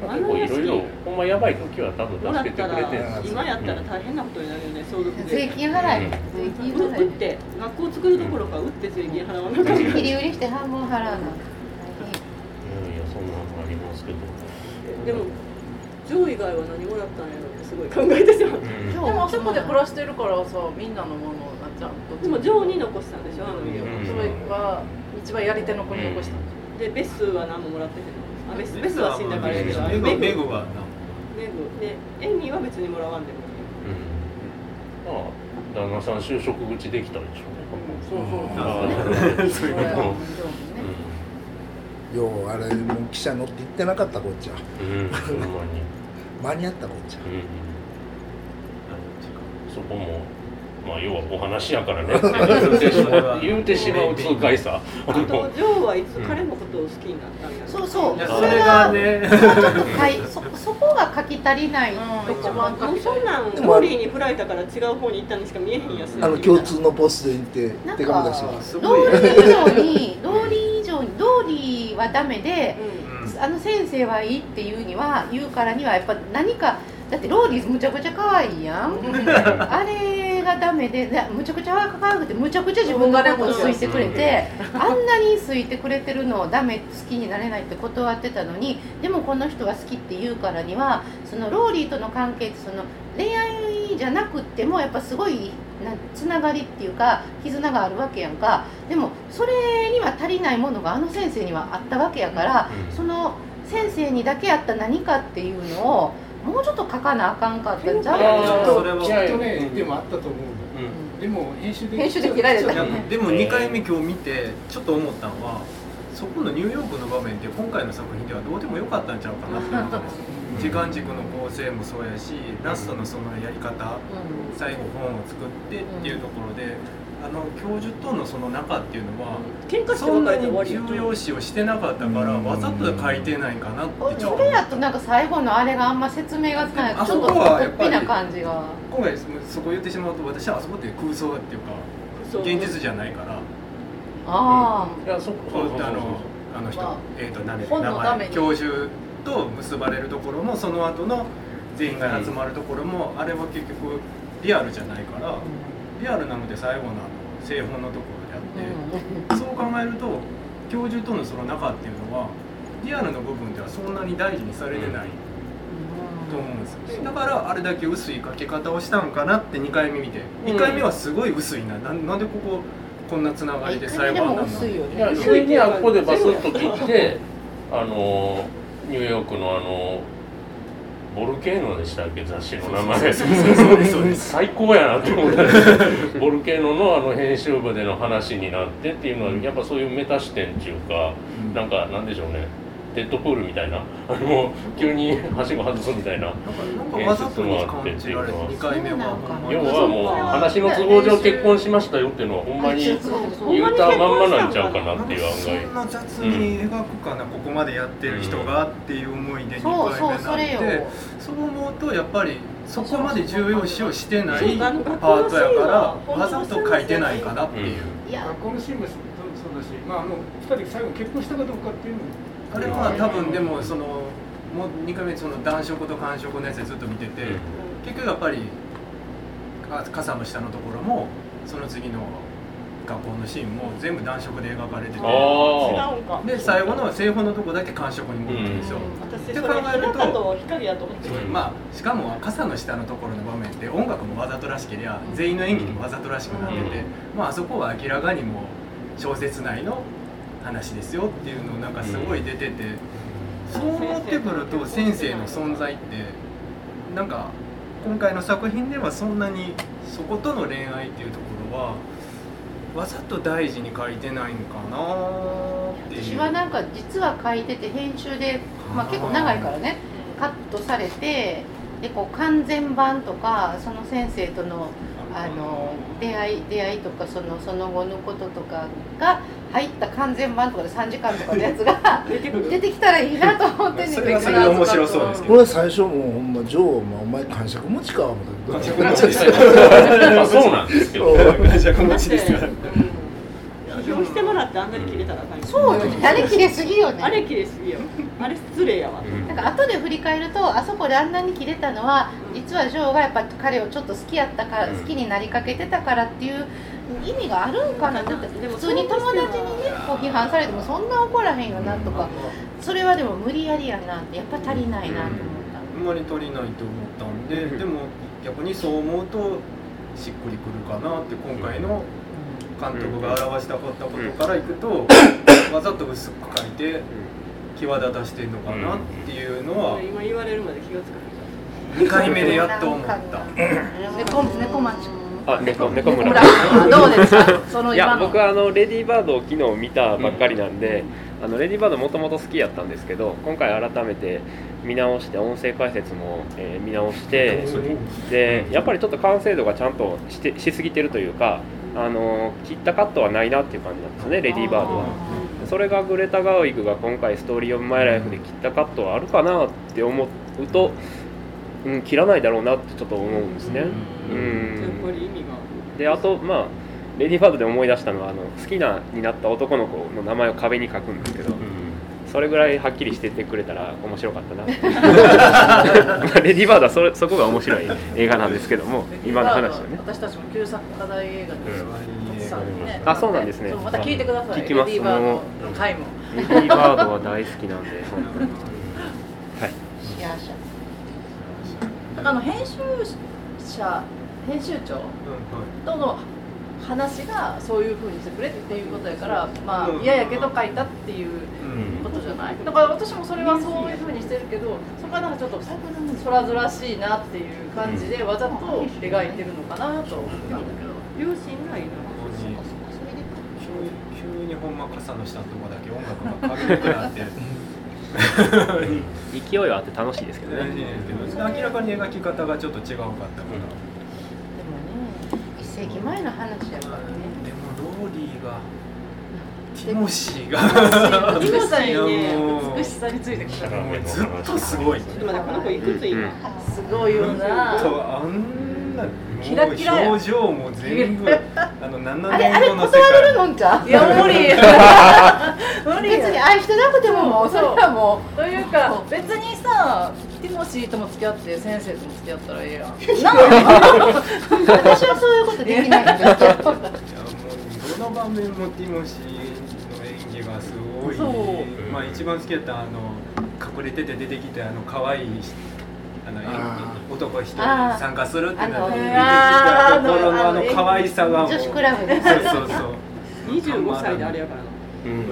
[SPEAKER 1] 結構いろいろほんまやばい時は多
[SPEAKER 9] も
[SPEAKER 1] 分
[SPEAKER 9] ら
[SPEAKER 1] 助
[SPEAKER 9] っ
[SPEAKER 1] けて
[SPEAKER 9] た
[SPEAKER 1] くれてるん
[SPEAKER 9] ら
[SPEAKER 1] ですよ
[SPEAKER 9] 今やったら大変なことになるよね相続
[SPEAKER 2] 税
[SPEAKER 9] 税
[SPEAKER 2] 金払え税
[SPEAKER 9] う
[SPEAKER 2] 金
[SPEAKER 9] ん
[SPEAKER 2] 払
[SPEAKER 9] 打っ
[SPEAKER 2] え
[SPEAKER 9] て学校作るどころか打って税金払わなかった
[SPEAKER 2] 切り売りして半分払
[SPEAKER 1] うんいや
[SPEAKER 2] うな
[SPEAKER 1] そんなのありますけど
[SPEAKER 9] でもジョー以外は何もらったんやろってすごい考えてしま
[SPEAKER 1] う
[SPEAKER 9] った
[SPEAKER 1] ん
[SPEAKER 6] でもあそこで暮らしてるからさ、みんなのものなっちゃう。
[SPEAKER 9] でもジョーに残したんでしょあの家を
[SPEAKER 1] うん
[SPEAKER 6] それは一番やり手の子に残した。
[SPEAKER 9] でベスは何ももらってへんのあベスベスは死んだからやけど
[SPEAKER 4] メ
[SPEAKER 9] メ
[SPEAKER 4] グメグ
[SPEAKER 9] グ
[SPEAKER 4] は
[SPEAKER 9] メグでエミは別にもらわんでもいい
[SPEAKER 1] うんまあ旦那さん就職口できたんでしょ
[SPEAKER 6] そうそう
[SPEAKER 1] うね
[SPEAKER 6] そう。
[SPEAKER 1] あー
[SPEAKER 4] そういう
[SPEAKER 6] こ
[SPEAKER 4] こ
[SPEAKER 6] れ
[SPEAKER 4] と
[SPEAKER 6] は
[SPEAKER 5] ようあれもう汽車乗って行ってなかったこっちは
[SPEAKER 1] うんうんほんまに
[SPEAKER 5] 間に合ったこっちは
[SPEAKER 1] うんそこもまあ要はお話やからね言うてしまう言うてしまう痛快さ
[SPEAKER 9] あとジョーはいつ彼のことを好きになったんや
[SPEAKER 2] そううそう
[SPEAKER 4] いや
[SPEAKER 2] そ
[SPEAKER 4] そ
[SPEAKER 2] れ
[SPEAKER 4] れ
[SPEAKER 2] が
[SPEAKER 4] が
[SPEAKER 2] もう
[SPEAKER 4] ね
[SPEAKER 2] ちょっとかいそそこが書き足りないとこ
[SPEAKER 6] うん
[SPEAKER 9] もうそんなん
[SPEAKER 5] で
[SPEAKER 9] ロ
[SPEAKER 5] も
[SPEAKER 9] ーリーに振られたから違う方に行ったんにしか見えへんやつ
[SPEAKER 5] あの共通のポストに行って
[SPEAKER 2] なん
[SPEAKER 5] 手
[SPEAKER 2] か
[SPEAKER 5] 紙出してます
[SPEAKER 4] す
[SPEAKER 2] ロ
[SPEAKER 4] ごい
[SPEAKER 2] ーリー以上にローリー以上にローリーはダメで
[SPEAKER 9] う
[SPEAKER 2] あの先生はいいっていうには言うからにはやっぱ何かだってローリーむちゃくちゃ可愛いやんあれがダメでなむちゃくちゃ可愛くてむちゃくちゃ自分のことを好いてくれてあんなに好いてくれてるのをダメ好きになれないって断ってたのにでもこの人が好きって言うからにはそのローリーとの関係ってその恋愛じゃなくってもやっぱすごいなつながりっていうか絆があるわけやんかでもそれには足りないものがあの先生にはあったわけやから、
[SPEAKER 1] うん
[SPEAKER 2] その先生にだけあった何かっていうのをもうちょっと書かなあかんかったんじゃう
[SPEAKER 8] ちょっ
[SPEAKER 1] あー
[SPEAKER 8] ときっとねでもあったと思う
[SPEAKER 1] うん
[SPEAKER 8] でも編集で
[SPEAKER 2] 編集できないです
[SPEAKER 8] ちょっ
[SPEAKER 2] ね
[SPEAKER 4] い
[SPEAKER 8] と
[SPEAKER 4] やでも2回目今日見てちょっと思ったのはそこのニューヨークの場面って今回の作品ではどうでもよかったんちゃうかなって思ったんですよ時間軸の構成もそうやしラストのそのやり方最後本を作ってっていうところであの教授とのその中っていうのは
[SPEAKER 9] 喧嘩して
[SPEAKER 4] そんな
[SPEAKER 9] 別れ
[SPEAKER 4] に
[SPEAKER 9] て終わりよ
[SPEAKER 4] 重要視をしてなかったからわざと書いてないかなってちょっ
[SPEAKER 2] そ
[SPEAKER 4] と
[SPEAKER 2] れやとなんか最後のあれがあんま説明がつかないちょっ
[SPEAKER 4] あ
[SPEAKER 2] と
[SPEAKER 4] そこはやっ
[SPEAKER 2] 突
[SPEAKER 4] ぱり
[SPEAKER 2] 飛な感じが
[SPEAKER 4] 今回そこ言ってしまうと私はあそこって空想っていうか
[SPEAKER 9] そう
[SPEAKER 4] 現実じゃないから。
[SPEAKER 2] あ
[SPEAKER 1] いやそこ
[SPEAKER 4] こうあのあの人、
[SPEAKER 6] まあ
[SPEAKER 4] えっ、と何
[SPEAKER 6] 本のため
[SPEAKER 4] 名前
[SPEAKER 6] に
[SPEAKER 4] 教授と結ばれるところもその後の全員が集まるところも、あれは結局リアルじゃないからリアルなので最後のあの製本のところで
[SPEAKER 2] あ、
[SPEAKER 4] あ
[SPEAKER 2] う
[SPEAKER 4] って、そう考えると教授とのその中っていうのはリアルの部分ではそんなに大事にされてないと思うんですよだからあれだけ薄いかけ方をしたんかなって2回目見て
[SPEAKER 1] うん
[SPEAKER 4] 1回目はすごい薄いななんなんでこここんなつながりで
[SPEAKER 2] ん、
[SPEAKER 4] 最
[SPEAKER 2] 最
[SPEAKER 4] 後
[SPEAKER 2] で
[SPEAKER 4] は
[SPEAKER 2] も
[SPEAKER 4] なんなの
[SPEAKER 2] 薄いよ
[SPEAKER 1] いや
[SPEAKER 2] ね
[SPEAKER 1] ついにあここでバスッと切ってあのニューヨークのあのボルケーノでしたっけ雑誌の名前
[SPEAKER 4] そうですそうです
[SPEAKER 1] 最高やなと思ったんですけどボルケーノのあの編集部での話になってっていうのはやっぱそういうメタ視点っていうかなんかなんでしょうねデッドプールみたいなあの急にはしご外すみたいな
[SPEAKER 4] なんかなんかわざとに感じられて2回目は
[SPEAKER 1] 要はもう話の都合上結婚しましたよっていうのはほんまに言ったまんまなんちゃうかなっていう案外。
[SPEAKER 4] そんな雑に描くかな、ここまでやってる人がっていう思いで2
[SPEAKER 2] そうそうそ
[SPEAKER 4] 回
[SPEAKER 2] れ
[SPEAKER 4] 目
[SPEAKER 2] よ
[SPEAKER 4] なんでそう思うとやっぱりそこまで重要視をしてな
[SPEAKER 9] そう
[SPEAKER 4] い
[SPEAKER 9] そう
[SPEAKER 4] パ
[SPEAKER 9] あの学校
[SPEAKER 4] ー
[SPEAKER 9] の
[SPEAKER 4] ト
[SPEAKER 9] シーン
[SPEAKER 4] や
[SPEAKER 9] は
[SPEAKER 4] からわざと書いてないかなっていう、
[SPEAKER 2] いや
[SPEAKER 8] 学校のシーンもそうだし、まあ、あの2人最後結婚したかどうかっていうのも
[SPEAKER 4] あれは多分でもそのもう2回目その暖色と寒色のやつでずっと見てて、結局やっぱりか傘の下のところもその次の学校のシーンも全部暖色で描かれてて
[SPEAKER 1] あ
[SPEAKER 9] 違うんか
[SPEAKER 4] で最後の製法のとこだけ寒色に戻ってるんですよ、
[SPEAKER 9] 私
[SPEAKER 4] って
[SPEAKER 9] それ
[SPEAKER 4] 考えると
[SPEAKER 9] 日向と光やと思って
[SPEAKER 1] うん
[SPEAKER 4] まあ、しかも傘の下のところの場面って音楽もわざとらしけりゃ全員の演技もわざとらしくなってて、まああそこは明らかにもう小説内の話ですよっていうのなんかすごい出てて、そう思ってくると先生の存在ってなんか今回の作品ではそんなにそことの恋愛っていうところはわざと大事に書いてないのかなっていう。
[SPEAKER 2] 私はなんか実は書いてて編集で、まあ、結構長いからねカットされてでこう完全版とかその先生とのあの出会い出会いとかそのその後のこととかが入った完全版とかで3時間とかのやつ が
[SPEAKER 9] 出てくる
[SPEAKER 2] 出てきたらいいなと思ってんねん
[SPEAKER 4] そ
[SPEAKER 2] け
[SPEAKER 4] れ
[SPEAKER 2] ど
[SPEAKER 4] はそれで面白そうですけど。
[SPEAKER 5] 俺最初もうほんま「ジョーお前お前感触持ちか」思った
[SPEAKER 4] 感
[SPEAKER 5] けど
[SPEAKER 4] 触持ちですよ
[SPEAKER 1] まあそうなんですけど。
[SPEAKER 4] 感触
[SPEAKER 9] だ
[SPEAKER 4] 持
[SPEAKER 9] っ
[SPEAKER 4] ち
[SPEAKER 9] て、う
[SPEAKER 4] で
[SPEAKER 9] ん
[SPEAKER 4] すから。
[SPEAKER 9] 批評してもらってあんなに切れたらあかんよ
[SPEAKER 2] そうよねあれ切れすぎよね
[SPEAKER 9] あれ切れすぎよあれ失礼やわ
[SPEAKER 2] なんか後で振り返るとあそこであんなに切れたのは実はジョーがやっぱ彼をちょっと好きやったから
[SPEAKER 1] うん
[SPEAKER 2] 好きになりかけてたからっていう意味があるんかなって
[SPEAKER 9] でも
[SPEAKER 2] 普通に友達にねこう批判されてもそんな怒らへんよなとかそれはでも無理やりやなってやっぱ足りないなと思った。
[SPEAKER 4] あんまり足りないと思ったんで、でも逆にそう思うとしっくりくるかなって今回の監督が表したかったことからいくと、わざと薄く書いて際立たしてんのかなっていうのは
[SPEAKER 9] 今言われるまで気がつかな
[SPEAKER 4] 2
[SPEAKER 9] い
[SPEAKER 4] 回目でやっと思っ
[SPEAKER 2] なん
[SPEAKER 4] た
[SPEAKER 2] か。猫猫町
[SPEAKER 7] あ猫猫
[SPEAKER 2] ほ
[SPEAKER 7] 村
[SPEAKER 2] らどうですかその
[SPEAKER 7] い
[SPEAKER 2] 今
[SPEAKER 7] や
[SPEAKER 2] の
[SPEAKER 7] 僕はあのレディーバードを昨日見たばっかりなんで、あのレディーバードもともと好きやったんですけど今回改めて見直して音声解説も、えー見直してでやっぱりちょっと完成度がちゃんとしてしすぎてるというかあの切ったカットはないなっていう感じなんですねレディーバードは。それがグレタ・ガーウィグが今回「ストーリー・オブ・マイ・ライフ」で切ったカットはあるかなって思うと、うん、切らないだろうなってちょっと思うんですね。
[SPEAKER 1] う
[SPEAKER 9] やっぱり意味が
[SPEAKER 7] であとまあレディーバードで思い出したのはあの好きなになった男の子の名前を壁に書くんですけどそれぐらいはっきりしててくれたら面白かったな っていうまあレディーバードはそれそこが面白い映画なんですけども今の話をね
[SPEAKER 6] 私たちも旧作課題映画です
[SPEAKER 4] うん
[SPEAKER 1] ね
[SPEAKER 7] あそうなんですね
[SPEAKER 6] そうまた聞いてください。
[SPEAKER 7] 聞きます
[SPEAKER 6] レディーバードの回も。
[SPEAKER 7] レディーバードは大好きなんで本当にはい
[SPEAKER 2] シアシャ
[SPEAKER 6] なんかあの編集者編集長との話がそういう風にしてくれっていうことやから、まあ
[SPEAKER 4] うん
[SPEAKER 6] 嫌やけど書いたっていうことじゃない。だから私もそれはそういう風にしてるけど、そこはなんかちょっとそらずらしいなっていう感じでわざと描いてるのかなと思ったんだけど。
[SPEAKER 9] 両親がいない
[SPEAKER 4] に急に急にほんま傘の下のとこだけ音楽がかっこよくなって
[SPEAKER 7] 勢いはあって楽しいですけどね、
[SPEAKER 4] 明らかに描き方がちょっと違うかったから、
[SPEAKER 2] でもね一世紀前の話やからね
[SPEAKER 4] でもローリーがティモシーが
[SPEAKER 9] 美穂さんにね
[SPEAKER 4] もう
[SPEAKER 9] 美しさについてきた
[SPEAKER 1] もう
[SPEAKER 4] ずっとすごい
[SPEAKER 9] でもねこの子いくつ
[SPEAKER 7] うん
[SPEAKER 9] 今
[SPEAKER 6] すごいよな
[SPEAKER 4] とあんなもう
[SPEAKER 6] キラキラや
[SPEAKER 4] 表情も全部あの
[SPEAKER 2] あ
[SPEAKER 4] 7
[SPEAKER 2] れあ
[SPEAKER 4] 年
[SPEAKER 2] れ
[SPEAKER 4] 後の世
[SPEAKER 2] 断れる
[SPEAKER 4] 界
[SPEAKER 2] のんちゃう
[SPEAKER 6] いや無理無理
[SPEAKER 2] 別に愛してなくてももうそれはも
[SPEAKER 6] というか別にさティモシーとも付き合って先生とも付き合ったらええやんなの
[SPEAKER 2] う私はそういうことできないんだ
[SPEAKER 4] いやもうどの場面もティモシーの演技がすごい
[SPEAKER 6] そう
[SPEAKER 4] まあ一番好きだったあの隠れてて出てきてあの可愛いあの演技
[SPEAKER 5] あ
[SPEAKER 4] 男一人
[SPEAKER 2] あー
[SPEAKER 4] 参加するってなって
[SPEAKER 2] あの
[SPEAKER 4] 出てきたところのあ
[SPEAKER 6] あの
[SPEAKER 4] の可愛さがもう
[SPEAKER 2] 女子クラブで
[SPEAKER 4] そうそうそう
[SPEAKER 9] 25歳であれやからな
[SPEAKER 7] うん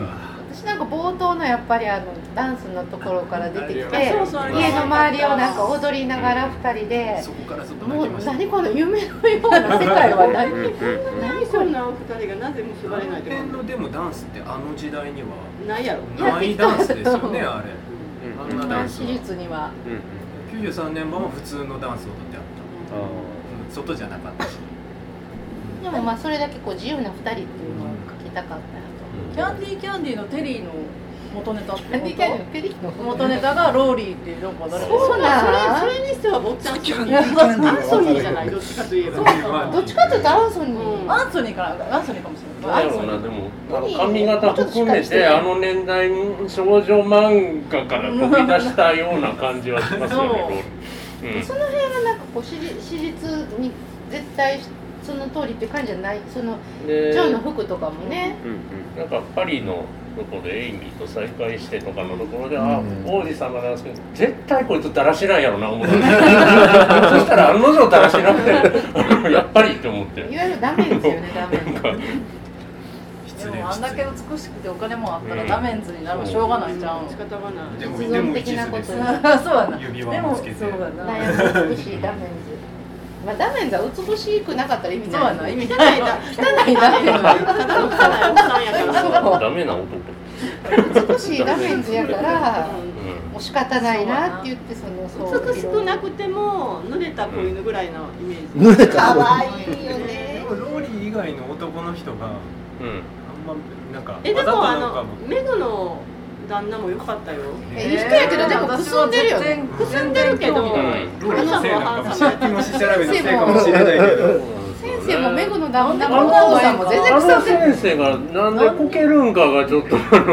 [SPEAKER 2] 私なんか冒頭のやっぱりあのダンスのところから出てきて
[SPEAKER 8] あ
[SPEAKER 2] 家
[SPEAKER 9] そ
[SPEAKER 2] の
[SPEAKER 9] うそうあれ
[SPEAKER 2] 周りをなんか踊りながら2人で
[SPEAKER 4] そこからずっと
[SPEAKER 2] も
[SPEAKER 4] 泣き
[SPEAKER 2] う
[SPEAKER 4] ました
[SPEAKER 2] 何この夢のような世界は何
[SPEAKER 7] うんうん
[SPEAKER 9] 何そんなお二人がなぜ結ばれないと
[SPEAKER 4] あの
[SPEAKER 9] か
[SPEAKER 4] 辺のでもダンスってあの時代には
[SPEAKER 9] ないやろ
[SPEAKER 4] ないダンスですよね
[SPEAKER 2] いや
[SPEAKER 4] あれ
[SPEAKER 7] うん
[SPEAKER 4] あんなダンス
[SPEAKER 2] 手
[SPEAKER 4] は
[SPEAKER 2] 術には
[SPEAKER 7] うんうん
[SPEAKER 4] 93年版は普通のダンスを踊ってあっ
[SPEAKER 7] あ
[SPEAKER 4] たうん外じゃなかったし
[SPEAKER 2] でもまあそれだけこう自由な2人っていうのを書きたかったなと
[SPEAKER 6] キャンディーキャンディーのテリーの元ネタって
[SPEAKER 2] 何キャリ
[SPEAKER 6] こ
[SPEAKER 2] アペリの
[SPEAKER 6] と元ネタがローリーっていうどこ誰か
[SPEAKER 2] そう なん
[SPEAKER 9] それそれにしては坊ちゃんソニ
[SPEAKER 5] キャンディーキャンディーは分かるけ
[SPEAKER 9] ー
[SPEAKER 5] ど
[SPEAKER 9] じゃないどっちかといえば
[SPEAKER 4] まあ
[SPEAKER 2] どっちかっていうとアンソニー、
[SPEAKER 9] うん
[SPEAKER 6] アンソニーかなアンソニーかもしれ
[SPEAKER 1] な
[SPEAKER 6] ないア
[SPEAKER 1] ん
[SPEAKER 6] ン
[SPEAKER 1] やろう
[SPEAKER 6] ソ
[SPEAKER 1] な
[SPEAKER 6] ニー
[SPEAKER 1] でもあの髪型含めてあの年代の少女漫画から飛び出したような感じはしますよね。ロールうん
[SPEAKER 2] その辺はなんかこう史実史実に絶対その通りって感じじゃないそのジ
[SPEAKER 1] で
[SPEAKER 2] ョンの服とかもね、
[SPEAKER 7] うんうん
[SPEAKER 1] なんかパリのところでエイミーと再会してとかのところで、あ
[SPEAKER 5] うん
[SPEAKER 1] 王子様なんですけど絶対こいつだらしないやろな思 ってそしたら案の定だらしなく てやっぱりって思って
[SPEAKER 2] いわゆるダメですよねダメ
[SPEAKER 1] なんか
[SPEAKER 4] 失
[SPEAKER 6] で
[SPEAKER 4] 礼
[SPEAKER 6] もあんだけ
[SPEAKER 4] 失
[SPEAKER 6] 美しくてお金もあったらダメンズになるのしょうがないじゃ ん、
[SPEAKER 9] 仕方がない
[SPEAKER 4] 礼で
[SPEAKER 2] 実存
[SPEAKER 4] もでも一
[SPEAKER 2] 的な
[SPEAKER 4] 途
[SPEAKER 2] こ
[SPEAKER 4] です
[SPEAKER 2] と
[SPEAKER 6] そう
[SPEAKER 2] に
[SPEAKER 6] やな
[SPEAKER 4] 指
[SPEAKER 6] で
[SPEAKER 4] 輪
[SPEAKER 6] も
[SPEAKER 4] も
[SPEAKER 6] そ
[SPEAKER 4] つ
[SPEAKER 6] う
[SPEAKER 4] けて
[SPEAKER 6] やな
[SPEAKER 2] 悩む美しいダメンズまあダメンズは美しくなかったら意味
[SPEAKER 6] そう
[SPEAKER 2] な
[SPEAKER 6] や
[SPEAKER 2] い
[SPEAKER 6] な
[SPEAKER 2] の
[SPEAKER 6] 意
[SPEAKER 2] に
[SPEAKER 6] 味
[SPEAKER 2] 汚
[SPEAKER 6] ない
[SPEAKER 2] い
[SPEAKER 6] な
[SPEAKER 2] な汚いダメンズ
[SPEAKER 9] ただ幼いおっさんやから
[SPEAKER 2] そう
[SPEAKER 1] ダメな男、
[SPEAKER 2] 美しいダメンズや から
[SPEAKER 1] う
[SPEAKER 2] もう仕方ないなって言ってそのそう
[SPEAKER 9] 美しくなくても濡れた子犬ぐらいのイメージ
[SPEAKER 5] 濡れた
[SPEAKER 2] 可愛いよ
[SPEAKER 4] で
[SPEAKER 2] ね
[SPEAKER 4] もローリー以外の男の人が
[SPEAKER 1] んうん、
[SPEAKER 4] あんまなんか
[SPEAKER 9] えで
[SPEAKER 4] わざと
[SPEAKER 9] もあ
[SPEAKER 4] なんか
[SPEAKER 9] のメグの旦那も良かったよ
[SPEAKER 2] いい人やけどでもくすんでるよね
[SPEAKER 9] くすんでるけど
[SPEAKER 1] うん
[SPEAKER 4] ローリーのせいなのかもしれない気もし調べの
[SPEAKER 2] 先
[SPEAKER 4] せい
[SPEAKER 2] 生
[SPEAKER 4] か
[SPEAKER 2] も
[SPEAKER 4] もしれないけど
[SPEAKER 2] 先生もメグの旦那
[SPEAKER 1] あ
[SPEAKER 2] も
[SPEAKER 1] の
[SPEAKER 2] お父さんも全然くすんでる
[SPEAKER 1] あの先生がなんでこけるんかがちょっとあのなんか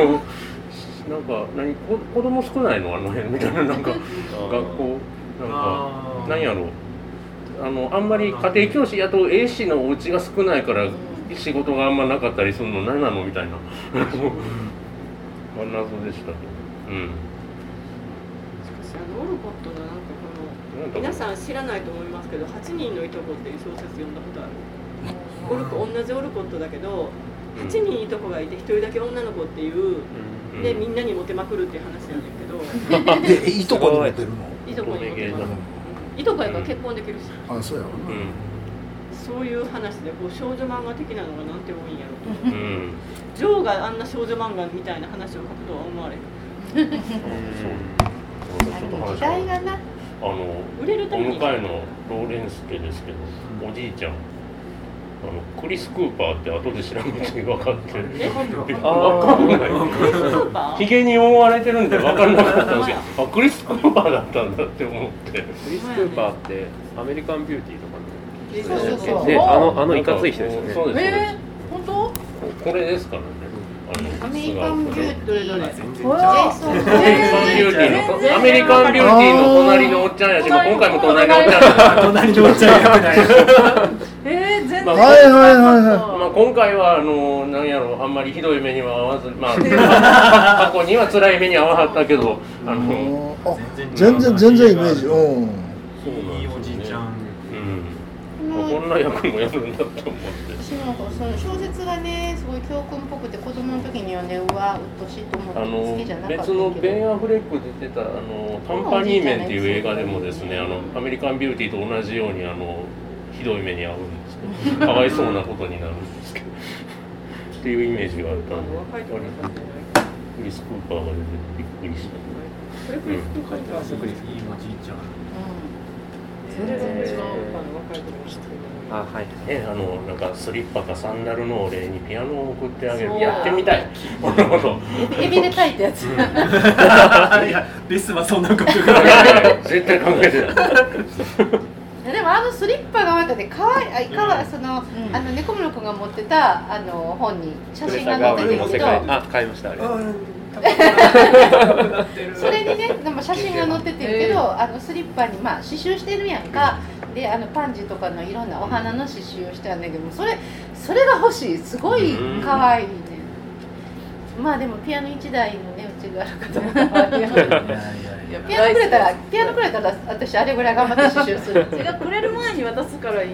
[SPEAKER 1] 何こ子供少ないのあの辺みたいななんか学校なんか
[SPEAKER 4] あー
[SPEAKER 1] なんやろうあのあんまり家庭教師やと A 氏のお家が少ないから仕事があんまなかったりするの何なのみたいな
[SPEAKER 4] うん
[SPEAKER 1] まあ謎でしたけどうん
[SPEAKER 9] あのオルコットのなんかこ
[SPEAKER 1] なん
[SPEAKER 9] の皆
[SPEAKER 1] ん
[SPEAKER 9] さん知らないと思いますけど「8人のいとこ」っていう小説読んだことあるオルコ同じオルコットだけど8人いとこがいて1人だけ女の子っていう
[SPEAKER 7] うん
[SPEAKER 9] でみんなにモテまくるっていう話やねんけど
[SPEAKER 5] でいいとこに持ってるの
[SPEAKER 9] いとこにモテま
[SPEAKER 1] う
[SPEAKER 9] く
[SPEAKER 1] ん
[SPEAKER 9] るいとこやから結婚できるし
[SPEAKER 5] あそうやわ
[SPEAKER 1] う
[SPEAKER 5] なん
[SPEAKER 9] そういう話でこう少女漫画的なのがなんて多いんやろうと
[SPEAKER 1] うんうん
[SPEAKER 9] ジョーがあんな少女漫画みたいな話を書くとは思われへん
[SPEAKER 1] そうちょっと話
[SPEAKER 2] 時代がな
[SPEAKER 1] あの
[SPEAKER 9] 売れる
[SPEAKER 1] お
[SPEAKER 9] ため
[SPEAKER 1] 迎
[SPEAKER 9] に
[SPEAKER 1] えのローレンス家ですけどおじいちゃんあのクリス・クーパーって後で調べて分かって
[SPEAKER 9] え
[SPEAKER 1] わかんない
[SPEAKER 9] クリス・クーパ
[SPEAKER 1] ひ
[SPEAKER 9] ー
[SPEAKER 1] げに覆われてるんで分かんなかったんですけどあクリス・クーパーだったんだって思って
[SPEAKER 7] クリス・クーパーってアメリカンビューティーとかの
[SPEAKER 2] そうそうそう
[SPEAKER 7] ねあのあのいかつい人ですよね
[SPEAKER 1] そうですそうです
[SPEAKER 6] えー、本当
[SPEAKER 1] これですからね。あの
[SPEAKER 2] アメリカンビューテ
[SPEAKER 9] どれ
[SPEAKER 2] ィ
[SPEAKER 9] ど
[SPEAKER 2] ー
[SPEAKER 9] れ
[SPEAKER 4] 全然違う
[SPEAKER 6] うわ
[SPEAKER 2] ジェイソン
[SPEAKER 1] アメリカンビューティーのアメリカンビューティーの隣のおっちゃんやし、まあ今回も隣のおっちゃんだから。
[SPEAKER 4] 隣のおっちゃんやみたいな
[SPEAKER 6] えー、全然
[SPEAKER 1] まあ
[SPEAKER 5] はいはいはいはい
[SPEAKER 1] まあ今回はあのなんやろあんまりひどい目には合わず、まあ過去には辛い目には合わはったけど、あの
[SPEAKER 5] あ全然全然イメージ
[SPEAKER 4] い
[SPEAKER 5] うん
[SPEAKER 4] いおじいちゃん
[SPEAKER 1] うん、まあこ
[SPEAKER 2] の
[SPEAKER 1] んな役もやるんだと思って。
[SPEAKER 2] 私もその小説がねすごい教訓っぽくて子供の時に読んでうわうっとうしいと思っ
[SPEAKER 1] あ
[SPEAKER 2] て
[SPEAKER 1] の
[SPEAKER 2] 好きじゃなかったけ
[SPEAKER 1] 別
[SPEAKER 2] ど
[SPEAKER 1] のベン・アフレック出てた「あのカンパニーメン」っていう映画でもですねあのアメリカン・ビューティーと同じようにあのひどい目に遭うんですけでかわいそうなことになるんですけどっていうイメージがあったんで
[SPEAKER 9] 若いところなんじゃない
[SPEAKER 1] クリス・クーパーが出てびっくりした
[SPEAKER 9] これクリス・クーパー
[SPEAKER 4] あ
[SPEAKER 9] が
[SPEAKER 4] そこにいいおじいちゃん
[SPEAKER 9] 全然違うの若いところ知ってる
[SPEAKER 7] あはい
[SPEAKER 1] ね、あのなんかスリッパかサンダルのお礼にピアノを送ってあげ
[SPEAKER 9] そ
[SPEAKER 1] る
[SPEAKER 9] う
[SPEAKER 1] やってみた いなるほど
[SPEAKER 2] エビで炊いたやつ
[SPEAKER 4] いやレスはそんなことが
[SPEAKER 1] 絶対考えて ない
[SPEAKER 2] いやでもあのスリッパがまたでかわいあかわいその、
[SPEAKER 6] ん
[SPEAKER 2] あの猫村君が持ってたあの本に写真
[SPEAKER 7] さ
[SPEAKER 2] が
[SPEAKER 7] んが
[SPEAKER 2] 載ってるけど
[SPEAKER 7] あ買いましたあれ
[SPEAKER 2] それにねでも写真が載っててるけど、
[SPEAKER 6] え
[SPEAKER 2] あのスリッパにまあ刺繍してるやんかであのパンジーとかのいろんなお花の刺繍をしてあんねんけどそれそれが欲しいすごい可愛いね、まあでもピアノ1台のねうちがある から
[SPEAKER 4] いやいやいや
[SPEAKER 2] ピアノくれたらピアノくれたら私あれぐらい頑張って刺繍する
[SPEAKER 9] それがくれる前に渡すからいいん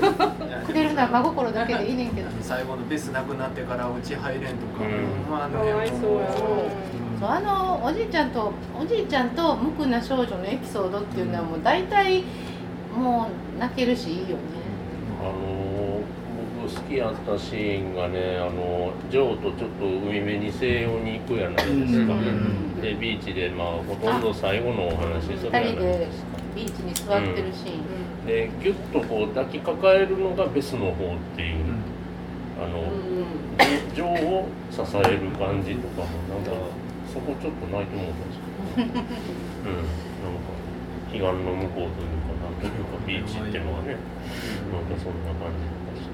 [SPEAKER 9] だよ
[SPEAKER 2] くれるのは真心だけでいいねんけど
[SPEAKER 4] 最後のベスなくなってからうち入れんとか、
[SPEAKER 1] うん
[SPEAKER 4] まああ
[SPEAKER 9] か
[SPEAKER 4] の
[SPEAKER 9] わいそうやな
[SPEAKER 2] そうあのおじいちゃんとおじいちゃんと無垢な少女のエピソードっていうのはもう大体もう泣けるしいいよね
[SPEAKER 1] あの僕好きやったシーンがねあのジョーとちょっと海辺に西洋に行くやないですか、
[SPEAKER 4] うん
[SPEAKER 1] でビーチでまあほとんど最後のお話するやない
[SPEAKER 2] 二人で
[SPEAKER 1] ですか
[SPEAKER 2] ビーチに座ってるシーン、
[SPEAKER 1] でギュッとこう抱きかかえるのがベスの方っていう、
[SPEAKER 4] うん
[SPEAKER 1] あの、
[SPEAKER 9] うん
[SPEAKER 1] 情を支える感じとかもなんかそこちょっとないと思うんですけどうんなんか彼岸の向こうというかなんというかビーチっていうのはねなんかそんな感じだし、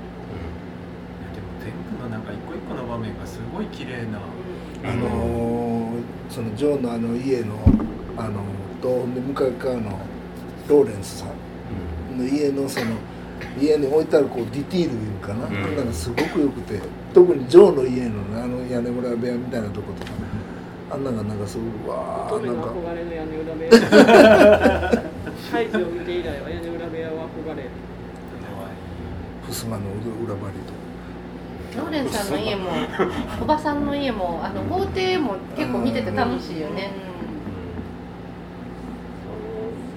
[SPEAKER 4] でも全部のなんか一個一個の場面がすごい綺麗な、
[SPEAKER 1] うん、
[SPEAKER 5] あのーそのジョーのあの家のあのとで向かい側のローレンスさんの家のその家に置いてあるこうディティールいうかな、
[SPEAKER 1] うん
[SPEAKER 5] なん、かすごくよくて特にジョーの家のねあの屋根裏部屋みたいなとことかあんなんがなんかすごくわ
[SPEAKER 9] 乙
[SPEAKER 5] ーな
[SPEAKER 9] 女
[SPEAKER 5] ん
[SPEAKER 9] の
[SPEAKER 5] か
[SPEAKER 9] 憧れの屋根裏部屋ハイジを見て以来は屋根裏部屋は憧れる
[SPEAKER 5] 襖の裏張りと
[SPEAKER 2] ローレンさんの 家もおばさんの家もあの法廷も結構見てて楽しいよね、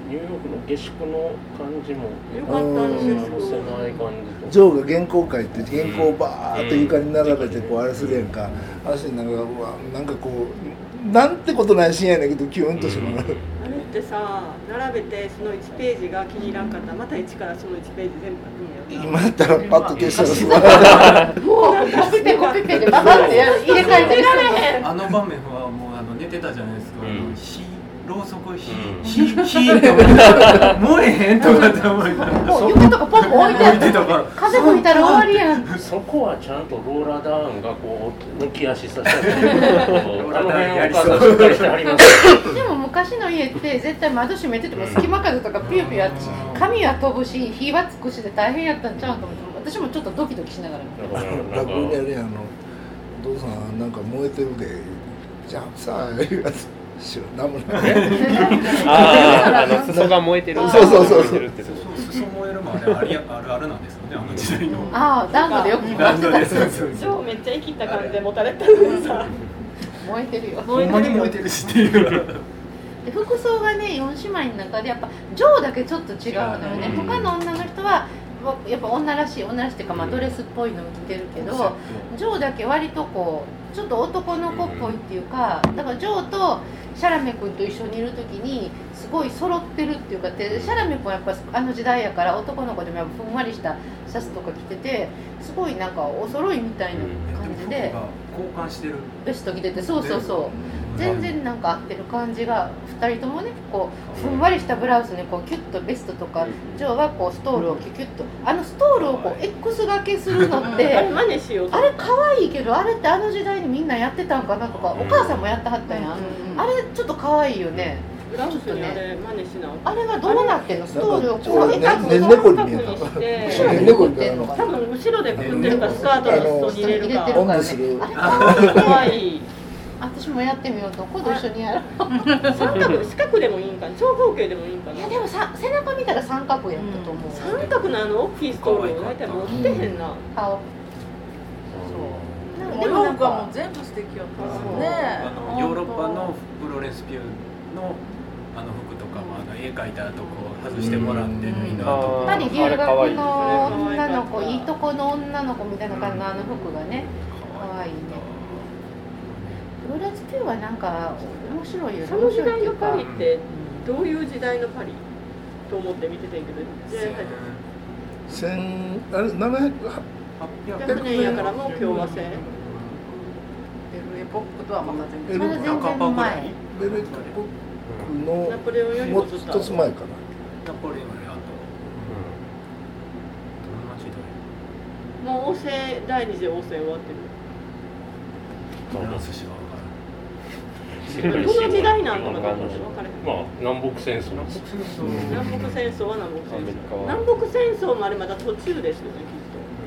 [SPEAKER 1] ニューヨークの下宿の感じも
[SPEAKER 9] よかったんですよ
[SPEAKER 1] の狭い感じ
[SPEAKER 5] ジ
[SPEAKER 1] と
[SPEAKER 5] ョーが原稿書いて原稿をバーッと床に並べてこうあれするやんかあの人になんかうわなんかこうなんてことないシーンやねんけどキュンとしまう
[SPEAKER 9] あれってさ並べてその1ページが気に入らんかったらまた一からその1ページ全部書くんやろ
[SPEAKER 5] 今やったらパッと消したらすご
[SPEAKER 2] も
[SPEAKER 5] い
[SPEAKER 2] うコピペコピペでババってやる入れ替えてる人も
[SPEAKER 4] あの場面はもうあの寝てたじゃないです
[SPEAKER 1] う
[SPEAKER 4] か、
[SPEAKER 1] ん
[SPEAKER 4] 火ろうそく火、
[SPEAKER 1] うん
[SPEAKER 4] 火火とか燃えへんとかって思いながら
[SPEAKER 2] もう床とかポンポン置いてあ
[SPEAKER 4] 置いて
[SPEAKER 2] る
[SPEAKER 4] たから
[SPEAKER 2] 風吹いたら終わりやん
[SPEAKER 1] そこはちゃんとローラーダウンがこう抜き足させてあの辺お母さんしっかりしてはりますよ
[SPEAKER 2] でも昔の家って絶対窓閉めてても隙間風とかピューピューあって紙は飛ぶし火はつくしで大変やったんちゃうと思って私もちょっとドキドキしながら
[SPEAKER 1] だからなん
[SPEAKER 5] 楽にや
[SPEAKER 1] か
[SPEAKER 5] るやんあの「お父さんなんか燃えてるで」じゃあさあ言うやつ知らんなんもない
[SPEAKER 7] あーあの裾が燃えてる
[SPEAKER 5] そうそうそうそう
[SPEAKER 7] 燃えてるってこと
[SPEAKER 4] そう裾燃えるもあれありあるあるなんですよねあの時代の
[SPEAKER 2] ああ暖炉でよく
[SPEAKER 4] ラ
[SPEAKER 2] 燃
[SPEAKER 4] ン
[SPEAKER 2] えてた
[SPEAKER 4] ドで
[SPEAKER 2] や
[SPEAKER 4] す
[SPEAKER 2] つ
[SPEAKER 4] そうそう
[SPEAKER 9] 超めっちゃ生きった感じで持たれたのにさ
[SPEAKER 2] 燃えてるよ
[SPEAKER 4] ほんまに燃えてるしっていう
[SPEAKER 2] で服装がね4姉妹の中でやっぱジョーだけちょっと違うのよね
[SPEAKER 1] 違う
[SPEAKER 2] 他の女の人はやっぱ女らしい女らしいっていうかまあドレスっぽいのを着てるけどジョーだけ割とこうちょっと男の子っぽいっていうかだからジョーとシャラメ君と一緒にいる時にすごい揃ってるっていうかでシャラメ君はやっぱあの時代やから男の子でもやっぱふんわりしたシャツとか着ててすごいなんかお揃いみたいな感じで
[SPEAKER 4] 服が交換してる
[SPEAKER 2] ベスト着ててそうそうそう全然なんか合ってる感じが2人ともねこうふんわりしたブラウスにこうキュッとベストとかジョーはこうストールをキュキュッとあのストールをこう X 掛けするのっ
[SPEAKER 9] あ れ
[SPEAKER 2] て。
[SPEAKER 9] 真似しようと
[SPEAKER 2] あれ可愛いけどあれってあの時代にみんなやってたんかなとか、
[SPEAKER 1] うん
[SPEAKER 2] お母さんもやってはったやん、あれちょっと可愛いよね、
[SPEAKER 9] ブラウスにあれ真似しな
[SPEAKER 2] あれがどうなってんのストールを
[SPEAKER 5] そ
[SPEAKER 2] こ
[SPEAKER 5] う
[SPEAKER 2] う
[SPEAKER 5] ね
[SPEAKER 2] 絵描く
[SPEAKER 5] ね
[SPEAKER 2] の
[SPEAKER 5] 猫に見えた
[SPEAKER 9] して
[SPEAKER 5] ね猫に見えた
[SPEAKER 9] 多分後ろでくくってるかスカートの裾に入れるか
[SPEAKER 5] おんぶする
[SPEAKER 2] あれ可愛い
[SPEAKER 9] かわいい
[SPEAKER 2] 私もやってみようと今度一緒にやろ
[SPEAKER 9] 三角四角でもいいんかな長方形でもいいんか
[SPEAKER 2] うい
[SPEAKER 9] な
[SPEAKER 2] やでもさ背中見たら三角やったと思う、
[SPEAKER 9] 三角のあの大きいストールを大体持ってへんな
[SPEAKER 2] 顔な
[SPEAKER 6] で
[SPEAKER 2] んかで
[SPEAKER 6] も
[SPEAKER 2] もなん
[SPEAKER 6] はも
[SPEAKER 2] か
[SPEAKER 6] う全部素敵やった
[SPEAKER 4] あ
[SPEAKER 6] ね
[SPEAKER 4] のあのヨーロッパのプロレスピューのあの服とかもあの絵描いたとこ外してもらって縫いの
[SPEAKER 2] やっ
[SPEAKER 4] とか
[SPEAKER 2] ぱり留学の女の子いいとこの女の子みたいな感じのあの服がね可愛いねプロレスピューはなんか面白いよね
[SPEAKER 9] その
[SPEAKER 2] 面
[SPEAKER 9] 時
[SPEAKER 2] 白いってい
[SPEAKER 9] 代の
[SPEAKER 2] う
[SPEAKER 9] パ
[SPEAKER 2] か
[SPEAKER 9] リってどういう時代のパリと思って見ててんけど時代入って
[SPEAKER 5] 千あれ七百は
[SPEAKER 9] 100年やからもう共和制
[SPEAKER 6] ベルエポックとはまた
[SPEAKER 5] ベル
[SPEAKER 6] 全然
[SPEAKER 2] まだ全然前
[SPEAKER 5] ベルエット
[SPEAKER 9] ナ
[SPEAKER 5] の
[SPEAKER 9] ポレオンより
[SPEAKER 5] も
[SPEAKER 9] も
[SPEAKER 5] う
[SPEAKER 9] ずっと
[SPEAKER 5] 一つ前かな。
[SPEAKER 4] ナポレオンやとどんな時代
[SPEAKER 9] もう王政第二次王政終わってる
[SPEAKER 4] フランス史は分からない
[SPEAKER 9] どの時代なん
[SPEAKER 1] か
[SPEAKER 9] のかが分からへん
[SPEAKER 1] まあ南北戦争です
[SPEAKER 9] 南北戦争は南北
[SPEAKER 7] アメリ
[SPEAKER 9] 戦
[SPEAKER 7] カ
[SPEAKER 9] 争
[SPEAKER 7] は
[SPEAKER 9] 南北戦争もあれまだ途中ですよね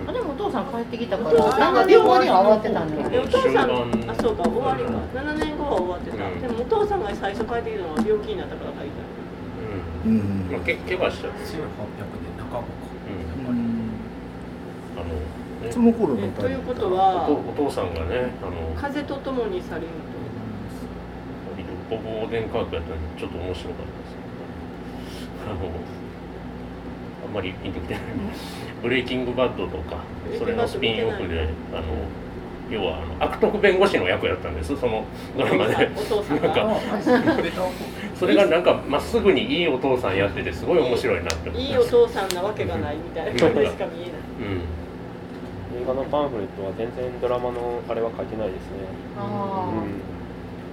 [SPEAKER 2] あでもお父さん帰ってきたか
[SPEAKER 9] お父
[SPEAKER 2] ら
[SPEAKER 9] さ
[SPEAKER 2] なんん
[SPEAKER 9] が
[SPEAKER 2] か旅行には慌てたんだ
[SPEAKER 9] きっ
[SPEAKER 2] よ
[SPEAKER 9] とでお父さんあそうか終わりか
[SPEAKER 1] うん
[SPEAKER 9] 7年後は終わってた、
[SPEAKER 1] うん
[SPEAKER 9] でもお父さんが最初帰ってきたのは病気になったから帰った
[SPEAKER 1] う
[SPEAKER 5] うん
[SPEAKER 1] んまあけ怪我しちゃう
[SPEAKER 4] 1800年中頃か
[SPEAKER 1] うんあのね
[SPEAKER 5] その頃
[SPEAKER 9] え
[SPEAKER 5] の
[SPEAKER 9] ということ
[SPEAKER 1] お
[SPEAKER 9] は
[SPEAKER 1] 父お父さんがねあの
[SPEAKER 9] 風とともに去りぬ
[SPEAKER 1] ルポボーデン科学やったんでちょっと面白かったですけどあのあんまりピンときてないブレイキングバッドとかそれのスピンオフであの要はあの悪徳弁護士の役やったんですそのドラマで
[SPEAKER 9] とお父 さん
[SPEAKER 1] なんか
[SPEAKER 9] が
[SPEAKER 1] それがなんかまっすぐにいいお父さんやっててすごい面白いなって思
[SPEAKER 9] い
[SPEAKER 1] い
[SPEAKER 9] い
[SPEAKER 1] ま
[SPEAKER 9] お
[SPEAKER 1] した
[SPEAKER 9] 父さんなわけがないみたいな感じしか見えない
[SPEAKER 1] うん
[SPEAKER 7] 映画のパンフレットは全然ドラマのあれは書いてないですね。
[SPEAKER 2] あ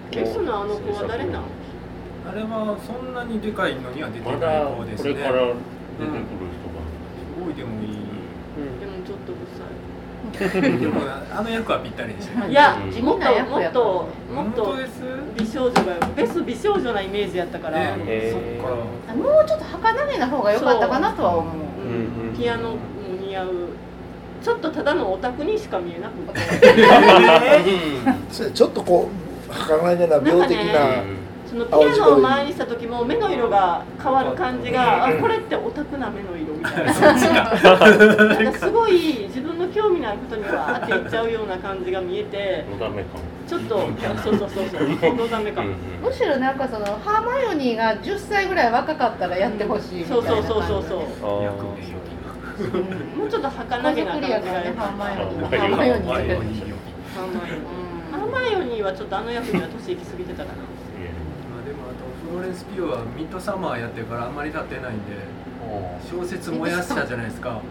[SPEAKER 9] ゲストのあの子は誰なの
[SPEAKER 4] あれはそんなにでかいのには出てな
[SPEAKER 1] ま
[SPEAKER 4] い
[SPEAKER 1] だ
[SPEAKER 4] 方で
[SPEAKER 1] こ
[SPEAKER 4] す
[SPEAKER 1] れ
[SPEAKER 4] ね
[SPEAKER 1] から出てくる
[SPEAKER 4] 多いでもいい
[SPEAKER 9] でもちょっと不
[SPEAKER 4] でもあの役はぴったりでした
[SPEAKER 9] 細
[SPEAKER 4] ね
[SPEAKER 9] いいや
[SPEAKER 1] うん
[SPEAKER 9] 地味な役やったもっ
[SPEAKER 4] 本
[SPEAKER 9] とも
[SPEAKER 4] 当
[SPEAKER 9] っと
[SPEAKER 4] です
[SPEAKER 9] 美少女がベス美少女なイメージやったから、
[SPEAKER 4] ね
[SPEAKER 7] へー
[SPEAKER 4] そっか
[SPEAKER 2] あもうちょっと儚げな方が良かったかなとは思う
[SPEAKER 9] うん
[SPEAKER 7] うん
[SPEAKER 9] ピアノも似合うちょっとただのオタクにしか見えなくて
[SPEAKER 5] そうちょっとこう儚げな病的
[SPEAKER 1] う
[SPEAKER 5] な。
[SPEAKER 1] ん
[SPEAKER 9] そのピアノを前にした時も目の色が変わる感じがあこれってオタクな目の色みたいな
[SPEAKER 4] そっちか
[SPEAKER 9] なんかすごい自分の興味のあることにはあっていっちゃうような感じが見えて
[SPEAKER 1] のだめかも
[SPEAKER 9] ちょっとそうそうそうそうのダメか
[SPEAKER 1] うんう
[SPEAKER 9] も
[SPEAKER 1] ん
[SPEAKER 2] むしろなんかそのハーマイオニーが10歳ぐらい若かったらやってほしいみた
[SPEAKER 9] そ
[SPEAKER 2] いうな
[SPEAKER 9] そ
[SPEAKER 2] 感
[SPEAKER 9] う
[SPEAKER 2] じ
[SPEAKER 9] そうそうそう
[SPEAKER 4] 役名
[SPEAKER 7] あ
[SPEAKER 4] よ
[SPEAKER 2] うん
[SPEAKER 9] もうちょっと儚
[SPEAKER 2] 家
[SPEAKER 9] げな感
[SPEAKER 2] 族
[SPEAKER 9] じ
[SPEAKER 2] り
[SPEAKER 9] がや
[SPEAKER 2] や
[SPEAKER 9] っ
[SPEAKER 2] からねハーマイオニー
[SPEAKER 1] ハーマイオニー
[SPEAKER 2] ハーマイオニー
[SPEAKER 4] いいよ
[SPEAKER 9] ハーマイオニーハーマイオニーはちょっとあの役には年いきすぎてたかな
[SPEAKER 4] まあでもあとフローレンス・ピューはミッドサマーやってるからあんまり経ってないんで小説燃やしたじゃないで すか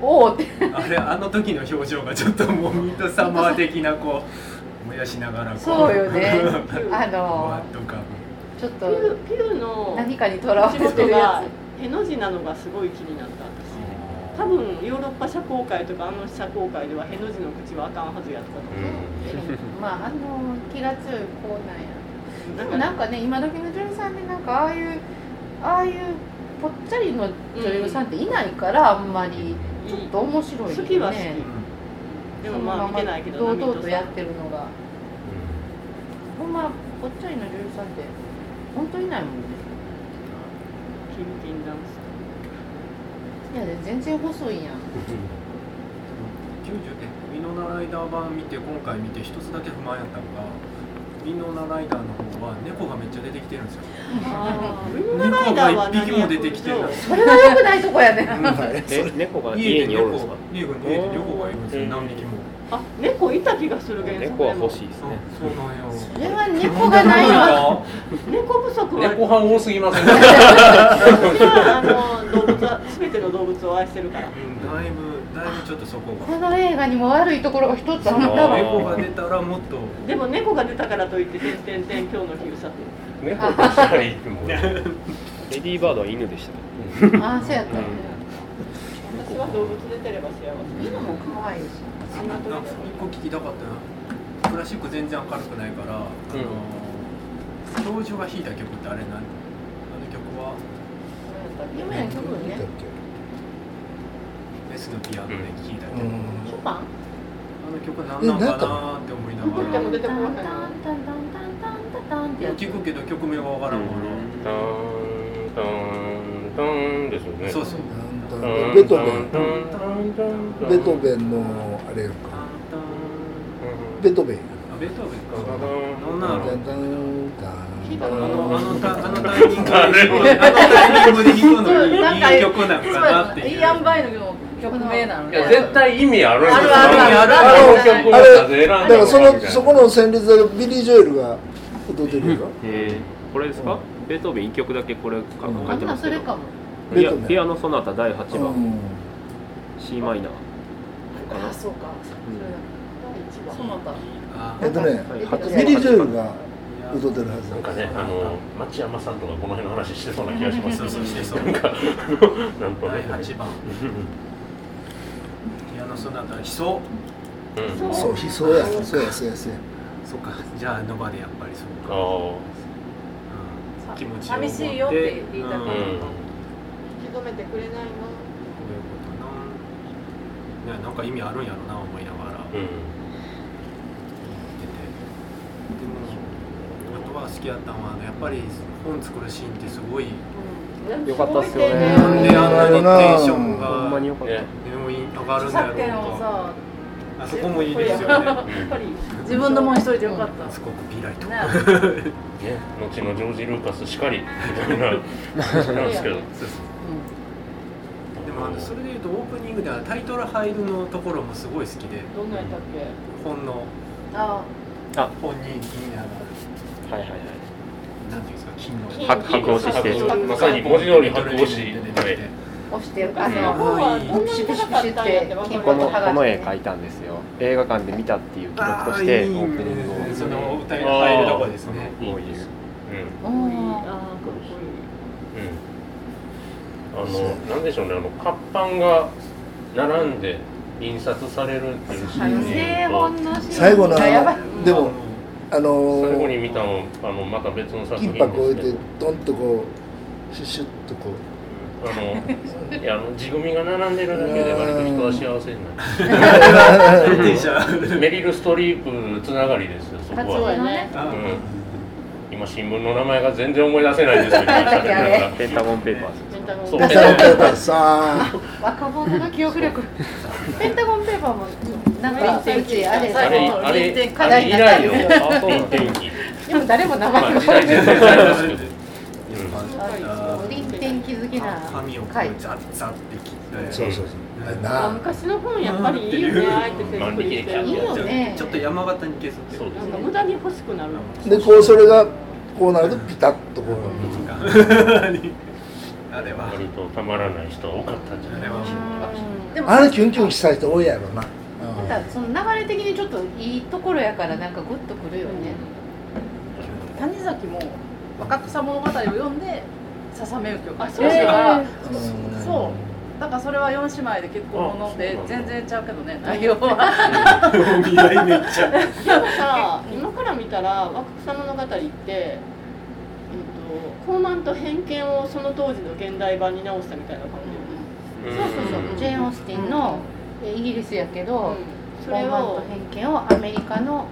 [SPEAKER 2] おーって
[SPEAKER 4] あれあの時の表情がちょっともうミッドサマー的なこう燃やしながらこ う
[SPEAKER 2] そうよね
[SPEAKER 9] ピュ
[SPEAKER 2] あ
[SPEAKER 9] ー
[SPEAKER 2] の
[SPEAKER 4] わーとか
[SPEAKER 2] ちょっと
[SPEAKER 9] ピューピューの
[SPEAKER 2] 何かにとらわ
[SPEAKER 9] 仕
[SPEAKER 2] れて
[SPEAKER 9] 事
[SPEAKER 2] るや
[SPEAKER 9] がへの字なのがすごい気になった私多分ヨーロッパ社交界とかあの社交界ではへの字の口はあかんはずやったと思う
[SPEAKER 2] つまああの気が強い子なんやでもなんかね今時の女優さんでなんかああいうああいうぽっちゃりの女優さんっていないからあんまりちょっと面白いよね
[SPEAKER 9] 好きは好き
[SPEAKER 4] う
[SPEAKER 9] でもまあ見てないけど
[SPEAKER 2] 堂々とやって
[SPEAKER 9] る
[SPEAKER 2] るのがほんまぽっちゃりの女優さんって本当いないもんね
[SPEAKER 9] キンキンダンス
[SPEAKER 2] いや全然細いやん
[SPEAKER 4] ん90えミノナライダー版見て今回見て一つだけ不満やったのがミノナライダーの方は猫がめっちゃ出てきてるんですよ
[SPEAKER 9] あー
[SPEAKER 4] 猫
[SPEAKER 9] ウィンナーライダーは
[SPEAKER 4] が一
[SPEAKER 9] 何
[SPEAKER 4] 匹
[SPEAKER 9] 役
[SPEAKER 4] も出てきてる
[SPEAKER 9] 以上
[SPEAKER 2] それは良くないとこや ね
[SPEAKER 7] え猫が
[SPEAKER 4] 家
[SPEAKER 7] 家
[SPEAKER 4] で
[SPEAKER 7] におるん
[SPEAKER 4] 猫
[SPEAKER 7] ですか。
[SPEAKER 4] 家が家で猫がいるんですよ何匹も
[SPEAKER 9] あ猫いた気がする原作でも
[SPEAKER 7] 猫は欲しいです
[SPEAKER 4] そう
[SPEAKER 7] ね。
[SPEAKER 4] そうなんよ
[SPEAKER 2] それは猫がないわ
[SPEAKER 9] 猫不足は
[SPEAKER 1] 猫派多すぎません
[SPEAKER 9] 私はあの動物は全ての動物を愛してるから
[SPEAKER 4] うんだいぶだいぶちょっとそこ
[SPEAKER 2] こ
[SPEAKER 4] が
[SPEAKER 2] の映画にも悪いところが一つあった
[SPEAKER 7] そう
[SPEAKER 2] わ
[SPEAKER 4] 猫が出たらもっと
[SPEAKER 9] でも猫が出たからといって「てんてんてん今日の日うさ」って
[SPEAKER 1] 猫としたりも
[SPEAKER 7] レディーバードは犬でしたね。
[SPEAKER 2] ああそうやったね
[SPEAKER 9] 私は動物出てれば幸せ
[SPEAKER 2] 今も可愛いし
[SPEAKER 4] なんか一個聞きたかったなクラシック全然明るくないから、あの教授が弾いた曲ってあれ何あの曲は
[SPEAKER 2] 夢の曲ね
[SPEAKER 4] 「S のピアノ」で聴いた曲、
[SPEAKER 5] うん
[SPEAKER 2] ショパン
[SPEAKER 4] あの曲何なのかなって思いな
[SPEAKER 9] でも
[SPEAKER 4] が
[SPEAKER 9] 出てこなかっ
[SPEAKER 2] タンタンタンタンタンタンタンってや
[SPEAKER 4] ら
[SPEAKER 2] つ
[SPEAKER 4] 聞くけど曲名がわからんか
[SPEAKER 1] タ
[SPEAKER 4] ら、
[SPEAKER 1] ンタンタンですよね
[SPEAKER 4] そうそう
[SPEAKER 5] ベトーベン
[SPEAKER 1] ン
[SPEAKER 5] ベトーベンのあれやんか。ベトーベンやな。
[SPEAKER 4] ベートーベンか
[SPEAKER 5] ダダ
[SPEAKER 4] なん
[SPEAKER 5] ン
[SPEAKER 4] なの
[SPEAKER 5] ダダンダ
[SPEAKER 4] あ
[SPEAKER 5] ン
[SPEAKER 4] のあのタあのタイミングであのタイミングで弾くのにいい曲なんかなって
[SPEAKER 6] い
[SPEAKER 4] いう
[SPEAKER 6] い塩梅の曲名なの
[SPEAKER 1] い
[SPEAKER 6] で
[SPEAKER 1] や絶対意味あるんですよ
[SPEAKER 6] あるあるある
[SPEAKER 1] あの曲を
[SPEAKER 5] あれ
[SPEAKER 1] 選んでもら
[SPEAKER 5] だ
[SPEAKER 1] う
[SPEAKER 5] からそ
[SPEAKER 1] み
[SPEAKER 5] の
[SPEAKER 1] たいな
[SPEAKER 5] そこの旋律でビリー・ジョエルが歌ってるよ
[SPEAKER 7] えーこれですか、ベートーベン一曲だけこれか書
[SPEAKER 5] うん
[SPEAKER 2] あ
[SPEAKER 7] いて
[SPEAKER 2] んな
[SPEAKER 7] ます
[SPEAKER 2] そ
[SPEAKER 7] け
[SPEAKER 2] れ
[SPEAKER 7] ど
[SPEAKER 2] かも
[SPEAKER 5] ベ
[SPEAKER 7] ピ
[SPEAKER 5] ー
[SPEAKER 7] ア
[SPEAKER 5] トーベン
[SPEAKER 7] ピアノソナタ第
[SPEAKER 5] う
[SPEAKER 7] 8番、
[SPEAKER 5] ん
[SPEAKER 7] C マイナーかな
[SPEAKER 2] あそうかそ
[SPEAKER 6] そうな
[SPEAKER 2] だ
[SPEAKER 6] た
[SPEAKER 4] あ
[SPEAKER 5] えっとね
[SPEAKER 7] はい
[SPEAKER 2] 八
[SPEAKER 5] ビリー・ジョエル
[SPEAKER 7] 番
[SPEAKER 5] が歌ってるはず
[SPEAKER 1] なんかね、あの町山さんとかこの辺の話してそうな気がします
[SPEAKER 4] そうそうしてそう
[SPEAKER 1] なんか、なんと
[SPEAKER 4] 第
[SPEAKER 1] ね。
[SPEAKER 4] 8番ピアノソナタ悲壮
[SPEAKER 1] うん、
[SPEAKER 5] そう悲壮やそうやそうやそうや
[SPEAKER 4] そっかじゃあノバでやっぱりそうか、
[SPEAKER 1] あ
[SPEAKER 4] うん、気持ちを
[SPEAKER 6] 寂しいよって言いた
[SPEAKER 1] あ、
[SPEAKER 6] く
[SPEAKER 1] うん、
[SPEAKER 6] なる
[SPEAKER 9] 引き止めてくれないの
[SPEAKER 4] こういうことな。ね、なんか意味あるんやろな思いながら
[SPEAKER 1] う
[SPEAKER 4] 見てて。
[SPEAKER 1] ん、
[SPEAKER 4] でも、あとは好きやったんは、やっぱり本作るシーンってすごい。
[SPEAKER 7] よかったっすよね
[SPEAKER 4] なんであんなにテンションが。
[SPEAKER 7] ほんまによかった、
[SPEAKER 1] ね
[SPEAKER 4] でも上がるんだ
[SPEAKER 6] さっき
[SPEAKER 4] ろ
[SPEAKER 6] の
[SPEAKER 4] うと。
[SPEAKER 6] さ
[SPEAKER 4] あそこもいいですよね。
[SPEAKER 9] やっぱり
[SPEAKER 6] 自分のもん一人でよかっ
[SPEAKER 4] すごくピライト。
[SPEAKER 6] たね
[SPEAKER 1] ね、後のジョージ・ルーカスしかりみたいな話なんですけど、
[SPEAKER 4] でも、あの、それで言うと、オープニングではタイトル入るのところもすごい好きで。
[SPEAKER 6] どんなんやったっけ
[SPEAKER 4] 本の、
[SPEAKER 2] あ
[SPEAKER 4] 本人気になる。
[SPEAKER 7] はいはいはい
[SPEAKER 4] なんていうんですか、金の。
[SPEAKER 7] 白白押しして
[SPEAKER 1] 白押しまさに文字通り白押しはい
[SPEAKER 2] 押してあ
[SPEAKER 1] うん
[SPEAKER 2] の
[SPEAKER 9] 本はどんなに高かったんやって分かる
[SPEAKER 7] このこの絵描いたんですよ映画館で見たっていう記録としてオープニングを
[SPEAKER 4] ね、その歌が入るとこですね。
[SPEAKER 7] こうい
[SPEAKER 1] う、
[SPEAKER 7] う
[SPEAKER 2] う
[SPEAKER 9] 多い
[SPEAKER 2] ん
[SPEAKER 9] あーこういうん
[SPEAKER 1] うん、あの、なんでしょうね、あの活版が並んで印刷されるっていうシーン
[SPEAKER 2] 製
[SPEAKER 1] と
[SPEAKER 2] 本のシーン
[SPEAKER 5] 最後の
[SPEAKER 2] がやばい
[SPEAKER 5] でもあの
[SPEAKER 1] 最後に見たの、あの、また別の作品
[SPEAKER 5] 金
[SPEAKER 1] です
[SPEAKER 5] 箔を置い
[SPEAKER 1] け
[SPEAKER 5] て
[SPEAKER 1] ど
[SPEAKER 5] ドンとこうシュッシュッとこ
[SPEAKER 1] あの、いや、あの、地組が並んでるだけで、割と人は幸せにな
[SPEAKER 4] 電車。
[SPEAKER 1] る。メリルストリープつながりですよ、そこ
[SPEAKER 2] カツオ
[SPEAKER 1] は。
[SPEAKER 2] やね
[SPEAKER 1] うん今新聞の名前が全然思い出せないですけど、今喋りながら
[SPEAKER 7] ペンタゴンペーパーズ
[SPEAKER 2] ペンタゴン
[SPEAKER 1] そう
[SPEAKER 5] う出されたらさあ
[SPEAKER 2] 若者の記憶力ペンタゴンペーパーもなんかうちあれ
[SPEAKER 1] あれ、あれ、あれ以来の、あ、そうなん天気。
[SPEAKER 2] でも誰も名前
[SPEAKER 1] まあ、
[SPEAKER 2] が
[SPEAKER 1] 時代全然違いますけど。
[SPEAKER 2] 臨転機好きな
[SPEAKER 4] 髪をこう
[SPEAKER 2] 回
[SPEAKER 4] ザッザッて切って
[SPEAKER 5] そうそうそうあれな
[SPEAKER 9] あ
[SPEAKER 5] あ
[SPEAKER 9] 昔の本やっぱりいいよねああえて手作りして
[SPEAKER 1] 万
[SPEAKER 2] 力
[SPEAKER 9] いい
[SPEAKER 2] や
[SPEAKER 9] よ
[SPEAKER 2] っ
[SPEAKER 4] ちょっと山形に消すって
[SPEAKER 1] そうで
[SPEAKER 9] な
[SPEAKER 1] す
[SPEAKER 9] んか
[SPEAKER 1] ね。
[SPEAKER 9] 無駄に欲しくなる
[SPEAKER 5] でこうそれがこうなるとピタッとこう
[SPEAKER 4] あれは
[SPEAKER 1] 割とたまらない人は多かったんじゃ
[SPEAKER 4] あ
[SPEAKER 1] ない
[SPEAKER 4] れは
[SPEAKER 2] でも
[SPEAKER 5] あれキュンキュンした人多いやろなうん
[SPEAKER 2] なんかその流れ的にちょっといいところやからなんかグッとくるよね
[SPEAKER 6] 谷崎も若草物語を読んでささめうきを買って
[SPEAKER 9] えー
[SPEAKER 6] だから
[SPEAKER 5] うん
[SPEAKER 6] そうだからそれは4姉妹で結構飲んで
[SPEAKER 1] あそうなんだ
[SPEAKER 6] 全然ちゃうけどね内容 は
[SPEAKER 4] お見合いめっちゃ
[SPEAKER 9] でもさ今から見たら若草物語って、えっと、高慢と偏見をその当時の現代版に直したみたいな感じよね、
[SPEAKER 1] う
[SPEAKER 2] そ
[SPEAKER 1] ん
[SPEAKER 2] うそうそうジェーン・オースティンのイギリスやけ
[SPEAKER 9] う
[SPEAKER 2] ど
[SPEAKER 9] んそ
[SPEAKER 2] それ
[SPEAKER 9] れ
[SPEAKER 2] を
[SPEAKER 9] を
[SPEAKER 2] 偏見をアメリカの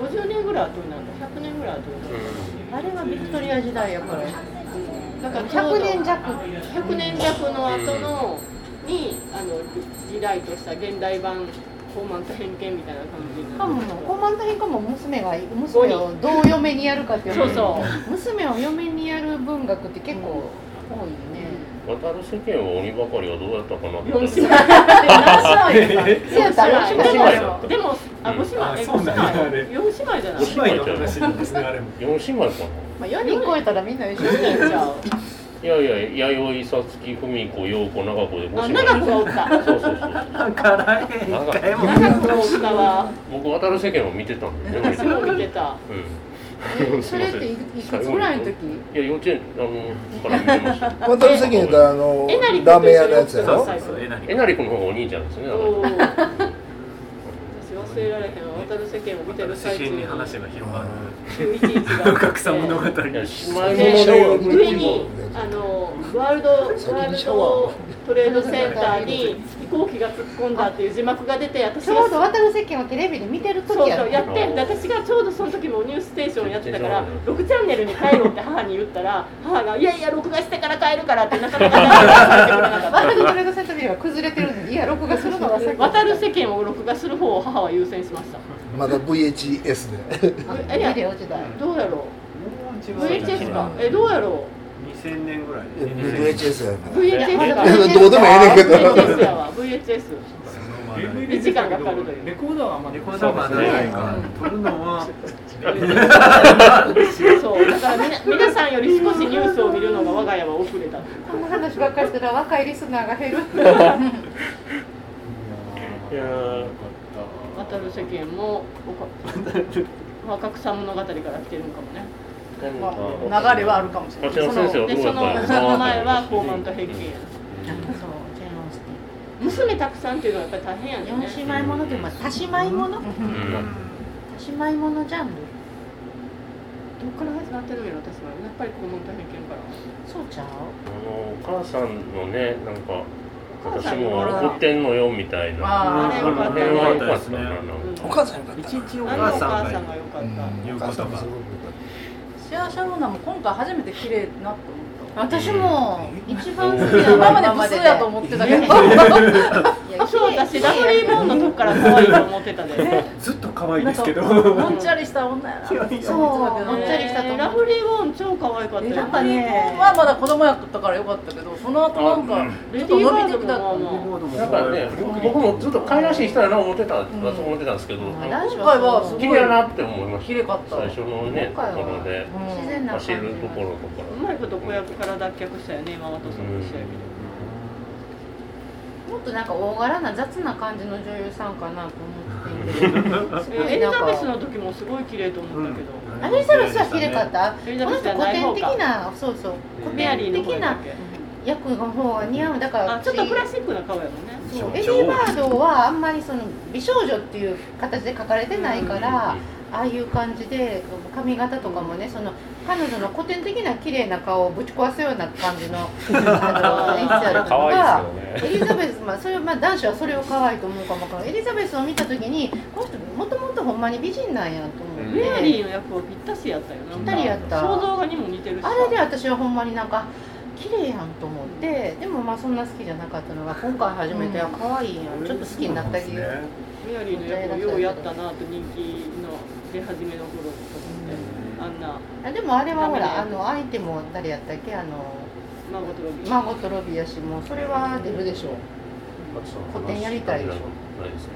[SPEAKER 9] 50年ぐらい後になるの100年ぐらい後になる
[SPEAKER 2] あれはビクトリア時代やから
[SPEAKER 9] だからちょうど
[SPEAKER 2] 100年弱
[SPEAKER 9] 100年弱の後のにあの時代とした現代版高慢と偏見みたいな感じに
[SPEAKER 2] か
[SPEAKER 9] なる
[SPEAKER 2] もの高慢と変化も娘が娘をどう嫁にやるかっていう
[SPEAKER 9] そうそう
[SPEAKER 2] 娘を嫁にやる文学って結構多いよね
[SPEAKER 1] 渡る世間は鬼ばかりはどうやったかなって
[SPEAKER 9] 四姉妹
[SPEAKER 2] せやったら
[SPEAKER 9] 四
[SPEAKER 2] 面
[SPEAKER 9] 姉
[SPEAKER 2] 白い
[SPEAKER 9] 妹
[SPEAKER 2] よ
[SPEAKER 1] だった
[SPEAKER 9] でもあ
[SPEAKER 1] うん
[SPEAKER 9] 五姉妹え
[SPEAKER 4] あそうな
[SPEAKER 9] 五姉
[SPEAKER 4] んやあ
[SPEAKER 9] 妹
[SPEAKER 4] れ
[SPEAKER 9] 四姉妹じゃない
[SPEAKER 4] 姉妹の話につながるもん
[SPEAKER 1] 4姉妹かな
[SPEAKER 2] まあ4人超えたらみんな一緒になっちゃう
[SPEAKER 1] いやいや弥生さつき文子陽子長子で
[SPEAKER 9] あ
[SPEAKER 1] 5姉妹
[SPEAKER 9] 長子がおった
[SPEAKER 1] そうそうそう
[SPEAKER 4] からへん一回も
[SPEAKER 9] 長子がおったわ
[SPEAKER 1] 僕渡る世間を見てたんだよね
[SPEAKER 9] 私も見てた
[SPEAKER 1] う
[SPEAKER 2] え
[SPEAKER 1] ん
[SPEAKER 2] それっていくつぐらいの時
[SPEAKER 1] いや幼稚園あのから見てました
[SPEAKER 5] 渡る世間言うたらあの
[SPEAKER 9] えなり君と一緒に
[SPEAKER 5] ラーメン屋のやつやろ
[SPEAKER 9] そう
[SPEAKER 4] えなに
[SPEAKER 1] えなりくんの方がお兄ちゃんですねだから
[SPEAKER 9] おー私忘れられへんわ渡る世間を見てる
[SPEAKER 4] 世
[SPEAKER 9] 最中
[SPEAKER 4] 間に
[SPEAKER 9] に
[SPEAKER 4] 話が広がる
[SPEAKER 9] 911が
[SPEAKER 4] 格差物語
[SPEAKER 1] いや姉妹
[SPEAKER 9] で
[SPEAKER 1] ものよ
[SPEAKER 9] 上にあのワールドワールドトレードセンターに飛行機が突っ込んだっていう字幕が出て私
[SPEAKER 2] ちょうど
[SPEAKER 9] が
[SPEAKER 2] 渡る世間をテレビで見てる
[SPEAKER 9] そうそ
[SPEAKER 2] 時
[SPEAKER 9] う
[SPEAKER 2] やった
[SPEAKER 9] やってで私がちょうどその時も「ニュースステーション」やってたから「6チャンネルに帰ろう」って母に言ったら母が「いやいや録画してから帰るから」ってなかなか帰ってくれなかった
[SPEAKER 2] ワールドトレードセンタービルが崩れてるんでいや録画するのが先
[SPEAKER 9] 渡る世間を録画する方を母は優先しました
[SPEAKER 5] まだ VHS で
[SPEAKER 9] えいや
[SPEAKER 2] ビデオ時代
[SPEAKER 9] どうや ろう
[SPEAKER 4] もう違う
[SPEAKER 9] VHS かえどうやろ
[SPEAKER 4] 2000年ぐらい
[SPEAKER 5] いや VHS やか
[SPEAKER 9] う
[SPEAKER 5] ら
[SPEAKER 9] VHS か
[SPEAKER 5] いやどうで もええねんけど
[SPEAKER 9] VHS やわ VHS
[SPEAKER 4] レ
[SPEAKER 8] DVD
[SPEAKER 9] 時間かかるという
[SPEAKER 8] レコーダーはまだ
[SPEAKER 4] コーダーはないから撮るのは
[SPEAKER 9] そうだからみな皆さんより少しニュースを見るのが我が家は遅れた
[SPEAKER 2] こんな話ばっかりしたら若いリスナーが減る
[SPEAKER 7] いやー
[SPEAKER 9] 渡る世間もおか若草物語から来てるのかもね
[SPEAKER 6] まあ、流れはあるかもしれない
[SPEAKER 1] その先生は
[SPEAKER 9] で
[SPEAKER 1] どうや
[SPEAKER 9] そ
[SPEAKER 1] ったんやろ
[SPEAKER 9] の
[SPEAKER 1] うな
[SPEAKER 9] その前は高慢と平均や
[SPEAKER 2] そうチェーンをして
[SPEAKER 9] 娘たくさんっていうのはやっぱり大変やね
[SPEAKER 2] 四姉妹ものというまあ多姉妹もの多姉妹ものジャンル
[SPEAKER 9] どっから始まってるのやろ私はやっぱり高慢と平均から
[SPEAKER 2] そうちゃう
[SPEAKER 1] あのお母さんのねなんか
[SPEAKER 9] 母さ
[SPEAKER 1] 私
[SPEAKER 9] んの
[SPEAKER 1] も怒ってんのよみたいな
[SPEAKER 6] あ
[SPEAKER 1] あ
[SPEAKER 6] ー
[SPEAKER 1] の
[SPEAKER 9] あれ
[SPEAKER 1] 辺は良か
[SPEAKER 4] 良か
[SPEAKER 1] っ
[SPEAKER 4] ったた
[SPEAKER 1] ななんか
[SPEAKER 5] お母さんよかったな
[SPEAKER 9] お
[SPEAKER 4] お母
[SPEAKER 9] 母さ
[SPEAKER 4] さ
[SPEAKER 9] んお母
[SPEAKER 4] ん
[SPEAKER 9] さん
[SPEAKER 4] が
[SPEAKER 9] が良か
[SPEAKER 5] う
[SPEAKER 9] っ
[SPEAKER 5] ん
[SPEAKER 9] た、
[SPEAKER 4] 言う
[SPEAKER 5] お
[SPEAKER 4] ことが
[SPEAKER 5] 母さんもすごくよかっ
[SPEAKER 6] シェアシャローナも今回初めて綺麗なと思った
[SPEAKER 2] 私も一番好きな
[SPEAKER 6] 今まで普通やと思ってたけど
[SPEAKER 9] そう私ラブリーボーンのとこから可愛いと思ってたで
[SPEAKER 4] ずっと可愛いですけど
[SPEAKER 6] もっちゃりした女やな
[SPEAKER 4] 違う違う
[SPEAKER 2] そうもっちゃりしたと
[SPEAKER 9] えーラ
[SPEAKER 2] 思
[SPEAKER 9] ブ
[SPEAKER 2] う
[SPEAKER 9] リーボーン超可愛かったよ
[SPEAKER 2] なんかね
[SPEAKER 6] まあまだ子供やったからよかったけどその後なんか
[SPEAKER 9] レ
[SPEAKER 6] ち
[SPEAKER 9] デ
[SPEAKER 6] ょ
[SPEAKER 9] ィ
[SPEAKER 6] っ
[SPEAKER 9] ーバード
[SPEAKER 6] と伸びてき
[SPEAKER 9] の
[SPEAKER 6] た
[SPEAKER 9] まあまあ
[SPEAKER 1] なんかね僕僕もずっと可愛らしい人やな思ってただと思ってたんですけど
[SPEAKER 2] うん
[SPEAKER 1] なんか
[SPEAKER 2] 子
[SPEAKER 6] 今回はすごい
[SPEAKER 1] 綺麗やなって思いまし
[SPEAKER 6] 綺麗かったた
[SPEAKER 1] 最初のねと
[SPEAKER 2] 今回は
[SPEAKER 1] ころで
[SPEAKER 2] 自然な感
[SPEAKER 1] 走
[SPEAKER 2] じ
[SPEAKER 1] るところとか
[SPEAKER 9] うまいこと子役から脱却したよね今ワトソンとしてやけど
[SPEAKER 2] もっとなんか大柄な雑な感じの女優さんかなと思っていて すごい
[SPEAKER 9] エリ
[SPEAKER 2] なん
[SPEAKER 9] ザ
[SPEAKER 2] か
[SPEAKER 9] ベスの時もすごい綺麗と思ったけど、
[SPEAKER 2] エリザベスは綺麗かった
[SPEAKER 9] エリザ
[SPEAKER 2] こ
[SPEAKER 9] ベ
[SPEAKER 2] の
[SPEAKER 9] スじ
[SPEAKER 2] 人古
[SPEAKER 9] ゃない
[SPEAKER 2] 典
[SPEAKER 9] 方
[SPEAKER 2] 的
[SPEAKER 9] か
[SPEAKER 2] なそうそう古
[SPEAKER 9] メアリー
[SPEAKER 2] 典
[SPEAKER 9] の
[SPEAKER 2] 的
[SPEAKER 9] 方だっ
[SPEAKER 2] な
[SPEAKER 9] け
[SPEAKER 2] 役の方が似合うだから
[SPEAKER 9] あちょっとクラ
[SPEAKER 2] ス
[SPEAKER 9] シックな顔やもんね
[SPEAKER 2] そうエディ・バードはあんまりその美少女っていう形で書かれてないから、ああいう感じで髪型とかもねその彼女の古典的な綺麗な顔をぶち壊すような感じのあの演出やったの
[SPEAKER 7] 可
[SPEAKER 2] が。
[SPEAKER 7] 愛
[SPEAKER 2] エリ
[SPEAKER 7] いですよね
[SPEAKER 2] ザベス、まあ、それまあ男子はそれを可愛いと思うかもわからんエリザベスを見た時にこの人もともとほんまに美人なんやと思って
[SPEAKER 9] メアリーの役はぴったしやったよな
[SPEAKER 2] ぴったりやった
[SPEAKER 9] 肖像画にも似てるし
[SPEAKER 2] あれで私はほんまになんか綺麗やんと思ってでもまあそんな好きじゃなかったのが今回初めて、
[SPEAKER 6] うん
[SPEAKER 2] あ可愛いやんちょっと好きになったり、
[SPEAKER 9] メアリーの役をようやったなと人気の出始めの頃と思ってあんな
[SPEAKER 2] あでもあれはほら
[SPEAKER 9] ダ
[SPEAKER 2] あ
[SPEAKER 9] メね
[SPEAKER 2] の相手も誰やったっけあの
[SPEAKER 9] 孫とロビー
[SPEAKER 2] マーゴット・ロビーやしもうそれは出るでしょう古典やりたいでしょ
[SPEAKER 1] ないですね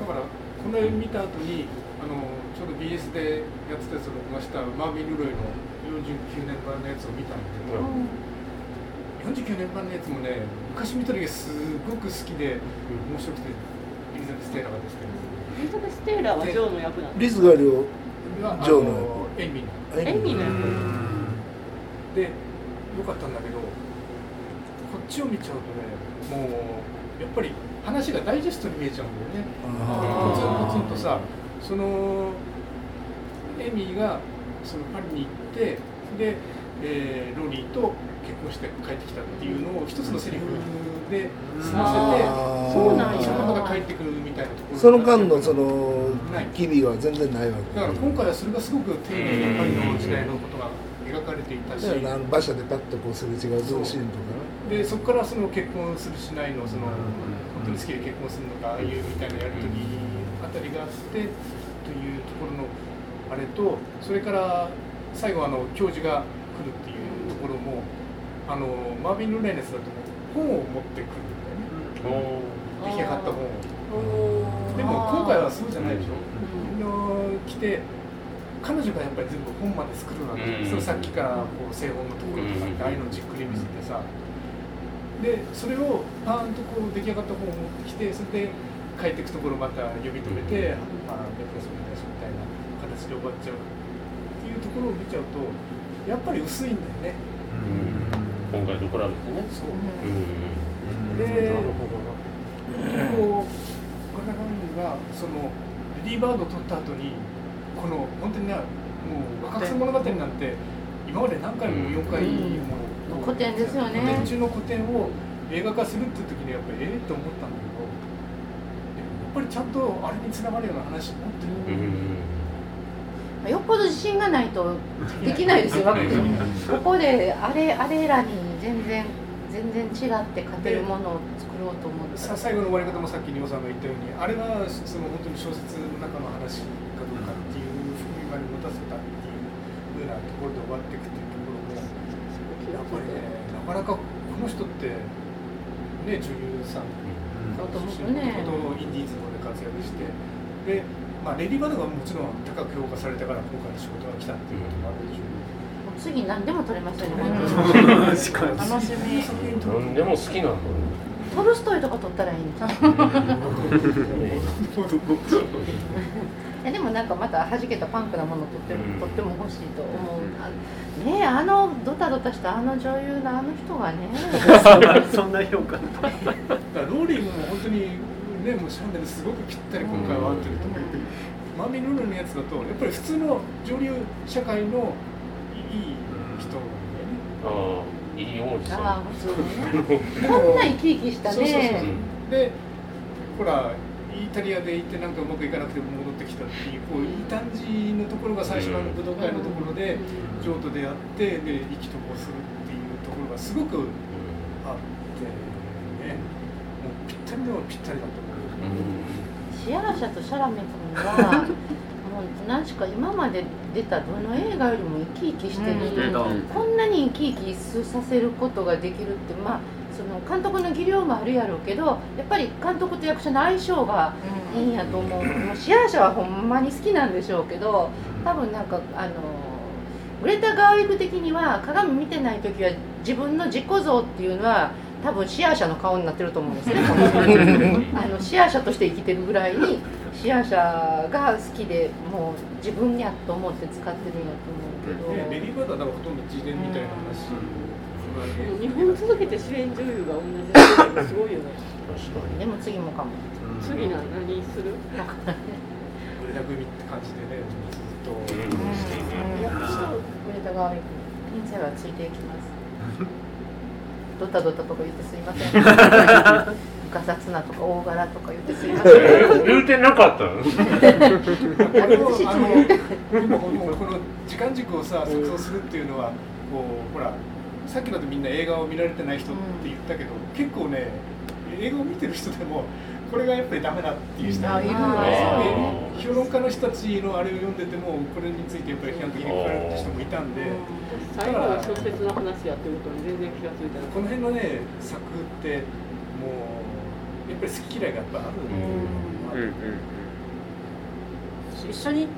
[SPEAKER 8] だからこの絵見た後にあのちょうど BS でやってたやつを録画したマービン・ルロイの49年版のやつを見たんだけど、49年版のやつもね昔見た時すごく好きで面白くてエリザベス・テイラーがですね
[SPEAKER 9] エリザベス・テイラーはジョーの役な
[SPEAKER 5] た
[SPEAKER 9] の
[SPEAKER 5] リズガリをジョーの
[SPEAKER 8] あエンミーの
[SPEAKER 9] エミの役
[SPEAKER 8] で良かったんだけどこっちを見ちゃうとねもうやっぱり話がダイジェストに見えちゃうんだよねポツンポツンとさそのエミーがそのパリに行ってで、えーロニーと結婚して帰ってきたっていうのを一つのセリフで済ませて
[SPEAKER 9] そうなんや
[SPEAKER 8] そのまま帰ってくるみたいなところ
[SPEAKER 5] その間のその
[SPEAKER 8] ない
[SPEAKER 5] 機微は全然ないわけ
[SPEAKER 8] だから今回はそれがすごく丁寧にパリの時代のことが描かれていたし
[SPEAKER 5] だからあの馬車でパッとこうすれ違うそのシーンとか
[SPEAKER 8] でそこからその結婚するしないのその本当に好きで結婚するのかああいうみたいなやり取りあたりがあってというところのあれとそれから最後あの教授が来るっていうところもあのマービン・ルネネスだと本を持ってくるんだよね出来上がった本をでも今回はそうじゃないでしょみんな来て彼女がやっぱり全部本まで作るわけじゃ
[SPEAKER 1] うん
[SPEAKER 8] んそのさっきからこう製本のところとかってああいうのをじっくり見せてさでそれをパーンとこう出来上がった本を持ってきてそれで帰っていくところまた呼び止めて、まあ、やっぱりそうだしみたいな形で終わっちゃうっていうところを見ちゃうとやっぱり薄いんだよね
[SPEAKER 1] 今回と比べてね
[SPEAKER 8] そう
[SPEAKER 1] う
[SPEAKER 8] でこうガラガンがそのレディーバードを取った後にこの本当にねもう若草物語なんて今まで何回も4回も、
[SPEAKER 2] うん古典ですよね
[SPEAKER 8] 古典中の古典を映画化するっていう時にやっぱりええと思ったんだけどやっぱりちゃんとあれにつながるような話になってる
[SPEAKER 1] ん
[SPEAKER 2] よっぽど自信がないとできないですよここであれあれらに全然全然違って勝てるものを作ろうと思って
[SPEAKER 8] さ最後の終わり方もさっき仁王さんが言ったようにあれはその本当に小説の中の話話かどうかっていう含みまで持たせたっていうようなところで終わっていくっていうところもやっぱりねなかなかこの人ってね女優さん
[SPEAKER 2] そうと思
[SPEAKER 8] 出
[SPEAKER 2] う
[SPEAKER 8] 身の
[SPEAKER 2] ね
[SPEAKER 8] ことインディーズので活躍してで、まあ、レディー・バードがもちろん高く評価されたから今回の仕事が来たっていうこともあるでしょ
[SPEAKER 2] 次何でも取れますよね、
[SPEAKER 8] う
[SPEAKER 6] 楽しみ
[SPEAKER 1] 何でも好きなの
[SPEAKER 2] トルストイとか取ったらいいん だいやでもなんかまた弾けたパンクなもの取って
[SPEAKER 1] うん
[SPEAKER 2] も取っても欲しいと思うあねえあのドタドタしたあの女優のあの人 がね
[SPEAKER 7] そんな評価
[SPEAKER 8] だからローリーも本当にねもうシャンデルすごくぴったり今回は合ってると思うけどマーミン・ルールのやつだとやっぱり普通の女流社会のいい人なんだよ
[SPEAKER 1] あ
[SPEAKER 8] ね
[SPEAKER 1] あいい王子
[SPEAKER 2] ああ
[SPEAKER 1] さ
[SPEAKER 2] 普通にねこんな生き生きした
[SPEAKER 8] そうそう
[SPEAKER 2] ね
[SPEAKER 1] ん
[SPEAKER 8] でほらイタリアで行ってなんかうまくいかなくて戻ってきたっていうこういい感じのところが最初のあの武道会のところでジョーと出会ってで意気投合するっていうところがすごくあってねもうぴったりのぴったりだと
[SPEAKER 1] う
[SPEAKER 8] 思
[SPEAKER 1] ん
[SPEAKER 2] シアラシャとシャラメ君はもう何しか今まで出たどの映画よりも生き生きしてる、
[SPEAKER 6] うん
[SPEAKER 2] こんなに生き生きさせることができるってまあその監督の技量もあるやろうけどやっぱり監督と役者の相性がいいんやと思うもうシアーシャはほんまに好きなんでしょうけど多分なんかあのグレタ・ガーウィグ的には鏡見てない時は自分の自己像っていうのは多分シアーシャの顔になってると思うんですねこの人あのシアーシャとして生きてるぐらいにシアーシャが好きでもう自分やと思って使ってるんやと思
[SPEAKER 8] う
[SPEAKER 2] う
[SPEAKER 8] ね
[SPEAKER 2] けど
[SPEAKER 8] レデ。ィー・バードはだからほとんど自伝みたいな話
[SPEAKER 9] もう日本続けて主演女優が同じだってすごいよね
[SPEAKER 2] でも次もかも。
[SPEAKER 9] 次な何する
[SPEAKER 8] グレタ組って感じでねずっと。
[SPEAKER 2] やっとグレタガーウィグピンセはついていきます。ドタドタとか言ってすいません。ガサツなとか大柄とか言ってすいません。
[SPEAKER 1] 確かに言うてなかったの
[SPEAKER 8] あれもあのでももうこの時間軸をさ錯綜するっていうのはこうほらさっきだとみんな映画を見られてない人って言ったけど、結構ね映画を見てる人でもこれがやっぱりダメだっていう人がいるの
[SPEAKER 2] あ
[SPEAKER 1] いる
[SPEAKER 8] ね
[SPEAKER 1] んだ
[SPEAKER 8] で評論家の人たちのあれを読んでてもこれについてやっぱり批判的に書かれた人もいたんで
[SPEAKER 9] 最後の小説の話やってることに全然気がついてなか
[SPEAKER 8] こ
[SPEAKER 9] っ
[SPEAKER 8] の辺のね作ってもうやっぱり好き嫌いがやっぱあるんで、
[SPEAKER 7] うんうん
[SPEAKER 6] 一緒に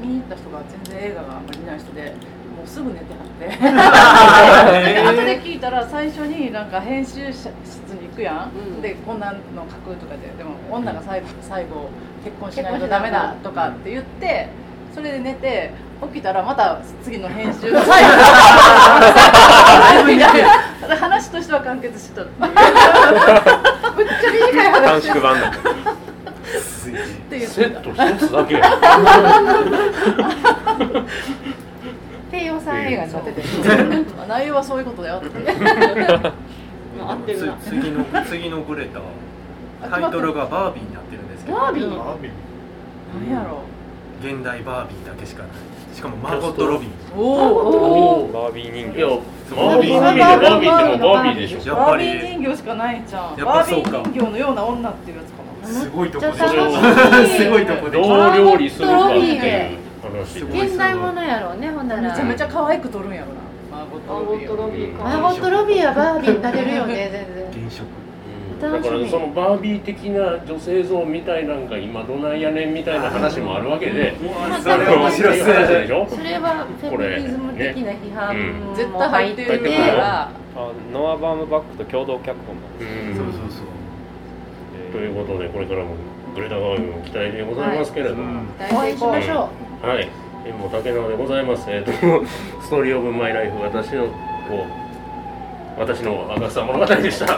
[SPEAKER 6] 見に行った人が全然映画があんまり見ない人でもうすぐ寝てはってで後で聞いたら最初になんか編集室に行くやん、
[SPEAKER 9] うん
[SPEAKER 6] でこんなの書くとかででも女が最後最後結婚しないとダメだとかって言ってそれで寝て起きたらまた次の編 集の最後 みたいな話としては完結し とるっていうめっちゃ短い
[SPEAKER 7] 短
[SPEAKER 6] 話
[SPEAKER 7] 縮版だ
[SPEAKER 6] って言っ
[SPEAKER 1] セ
[SPEAKER 6] て
[SPEAKER 1] ッ
[SPEAKER 6] た
[SPEAKER 1] ト一つだけや
[SPEAKER 2] 低予算映画になってて。
[SPEAKER 6] 内容はそういうことだよって
[SPEAKER 9] た、まあ、合ってるな
[SPEAKER 4] つ次の次のグレタタイトルがバービーになってるんですけど
[SPEAKER 9] バービ
[SPEAKER 8] ま
[SPEAKER 9] ー
[SPEAKER 8] あある意味
[SPEAKER 6] 何やろ
[SPEAKER 4] 現代バービーだけしかないしかもマーゴット・ロビン
[SPEAKER 6] うおお
[SPEAKER 7] バービー人
[SPEAKER 1] いや
[SPEAKER 7] 形
[SPEAKER 1] バービーバービーでバービーってもうバービーでしょ
[SPEAKER 4] やっ
[SPEAKER 6] バ
[SPEAKER 4] ぱ
[SPEAKER 6] ービ
[SPEAKER 4] り
[SPEAKER 6] ー人形しかないじゃ
[SPEAKER 4] やっ
[SPEAKER 6] んバ
[SPEAKER 4] ぱ
[SPEAKER 6] ービ
[SPEAKER 4] そうか
[SPEAKER 6] ー人形のような女っていうやつかな
[SPEAKER 4] すごいとこで
[SPEAKER 2] めっち
[SPEAKER 1] ゃ
[SPEAKER 2] 楽しい
[SPEAKER 4] すごいとこで
[SPEAKER 1] どう料理するかっていう話
[SPEAKER 4] すごい
[SPEAKER 2] 現代ものやろうね、ほんな
[SPEAKER 6] めちゃ
[SPEAKER 2] ら。
[SPEAKER 6] めちゃ可愛く撮るんやろなマーゴッ
[SPEAKER 9] マー
[SPEAKER 6] ト
[SPEAKER 9] ゴ
[SPEAKER 6] ロビ
[SPEAKER 9] ッ
[SPEAKER 6] ー
[SPEAKER 9] ト・ロビーか
[SPEAKER 6] を
[SPEAKER 2] マーゴットロビーはバービーになれるよ ね、全然。
[SPEAKER 4] 現職
[SPEAKER 1] だからそのバービー的な女性像みたいなんか今どないやねんみたいな話もあるわけで
[SPEAKER 4] それ面白
[SPEAKER 1] い話でし
[SPEAKER 4] そう
[SPEAKER 1] ょ
[SPEAKER 2] それはフェミニズム的な批判も
[SPEAKER 6] 絶対入
[SPEAKER 2] 入
[SPEAKER 6] っ
[SPEAKER 2] ってて
[SPEAKER 6] る
[SPEAKER 1] 絶
[SPEAKER 6] か
[SPEAKER 1] 対入って
[SPEAKER 2] て。
[SPEAKER 6] ら
[SPEAKER 7] あノア・バームバックと共同脚本なん
[SPEAKER 1] う
[SPEAKER 7] です
[SPEAKER 4] そうんそ
[SPEAKER 1] ということでこれからもグレタ・ガーウィンも期待でございますけれど
[SPEAKER 4] う、う
[SPEAKER 1] も、
[SPEAKER 4] ん、
[SPEAKER 2] 応援しましょ
[SPEAKER 1] はい、えもう竹縄でございます。えっ、と、ストーリーオブマイライフ、私の、こう。私の若草物語でした。